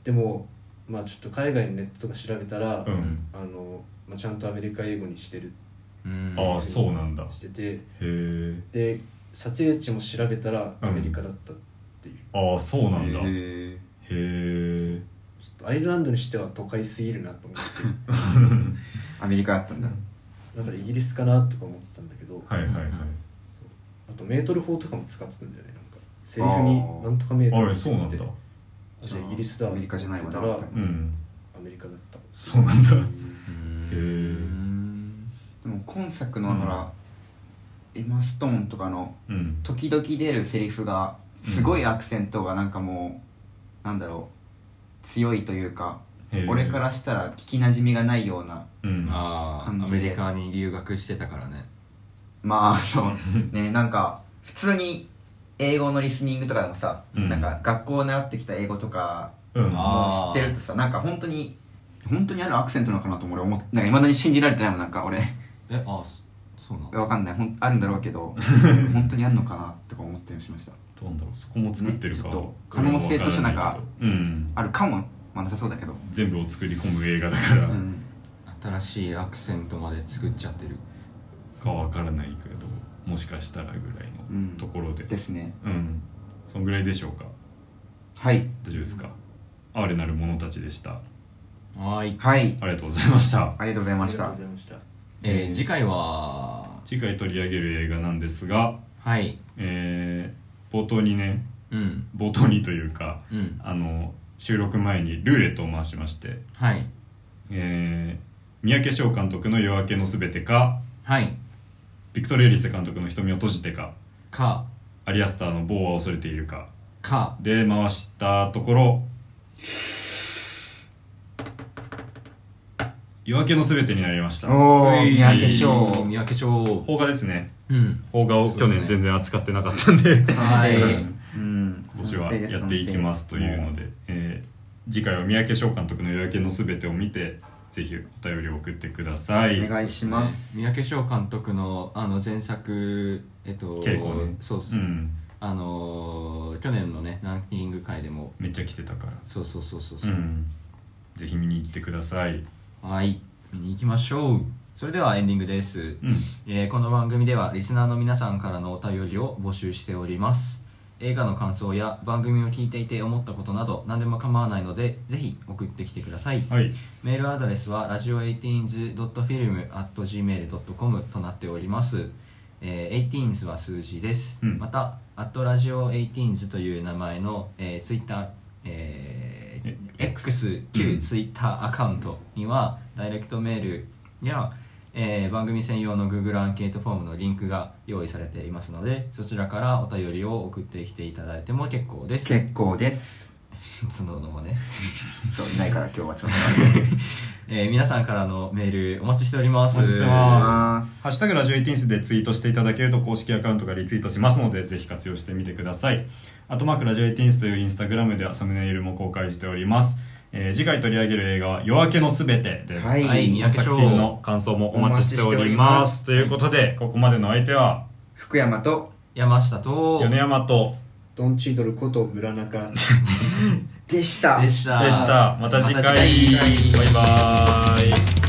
でもまあちょっと海外のネットとか調べたら、うん、あのまあ、ちゃんとアメリカ英語にしてるうんああそうなんだへしててえで撮影地も調べたらうんアメリカだったっていう、ああそうなんだへへえちょっとアイルランドにしては都会すぎるなと思ってーアメリカだったんだだからイギリスかなとか思ってたんだけど、はいはいはいあとメートル法とかも使ってたんだよねなんかセリフに「なんとかメートあル」れってそう言なっんてだてあじゃあイギリスだアメリカじゃないわなって言ったらうんアメリカだったそうなんだうんへでも今作のほら、エマ・ストーンとかのうん時々出るセリフがすごいアクセントがなんかもうなんだろう強いというかへー俺からしたら聞きなじみがないようなうんああア感じでメリカに留学してたからね まあそうねなんか普通に英語のリスニングとかでもさ、うんなんか学校を習ってきた英語とかうんあもーう知ってるとさなんか本当に本当にあるアクセントなのかなとも俺思っていまだに信じられてないもんなんか俺えああそそうなんだわかんないほんあるんだろうけど本当にあるのかなとか思ったりしましたどうなんだろうそこも作ってるか、ねちょっと可能性としてなんかうんあるかも、まあ、なさそうだけど、全部を作り込む映画だから、うん、新しいアクセントまで作っちゃってるかわからないけどもしかしたらぐらいのところでですねうん、そんぐらいでしょうかはい大丈夫ですか哀れなる者たちでしたはい、はいありがとうございましたありがとうございあ まりしがとうたございましたえー、次回は次回取り上げる映画なんですが、はいえー冒頭にねうん冒頭にというかうんあの収録前にルーレットを回しまして、はいえー三宅翔監督の「夜明けのすべて」かはいビクトリア・エリセ監督の「瞳を閉じて」かかアリアスターの「棒は恐れているかか」で回したところ「夜明けのすべて」になりましたおおはい三宅翔三宅翔邦画ですねうん邦画をそう去ですね年全然扱ってなかったんではいうんうん今年はやっていきますというので、えー次回は三宅翔監督の「夜明けのすべて」を見てぜひお便りを送ってくださいお願いします三宅翔監督のあの前作えっと稽古ねそうっす、うんあのー去年のねランキング会でもめっちゃ来てたからそうそうそうそううそう、んぜひ見に行ってくださいはい見に行きましょうそれではエンディングです、うんえーこの番組ではリスナーの皆さんからのお便りを募集しております映画の感想や番組を聞いていて思ったことなど何でも構わないのでぜひ送ってきてください、はいメールアドレスはラジオ 18s.film.gmail.com となっております、えー、18s は数字です、うんまた「ラジオ 18s」という名前の、えー、ツイッター、えーえ X う旧ん Twitter アカウントにはダイレクトメールや、えー番組専用の Google アンケートフォームのリンクが用意されていますのでそちらからお便りを送ってきていただいても結構です 結構です角のもね、そういないから今日はちょっ えー皆さんからのメールお待ちしておりまおす待ちしてま。ますハッシュタグラジオエイティーンスでツイートしていただけると公式アカウントがリツイートしますので、ぜひ活用してみてください。あとマークラジオエイティーンスというインスタグラムではサムネイルも公開しております。えー次回取り上げる映画は夜明けのすべてです。はいこの作品の感想もお待ちしております。とおい待うことで、ここまでの相手は、と福山と山下と米山とドンチードルこと村中でしたでしたでした。また次回。また次回バイバーイ。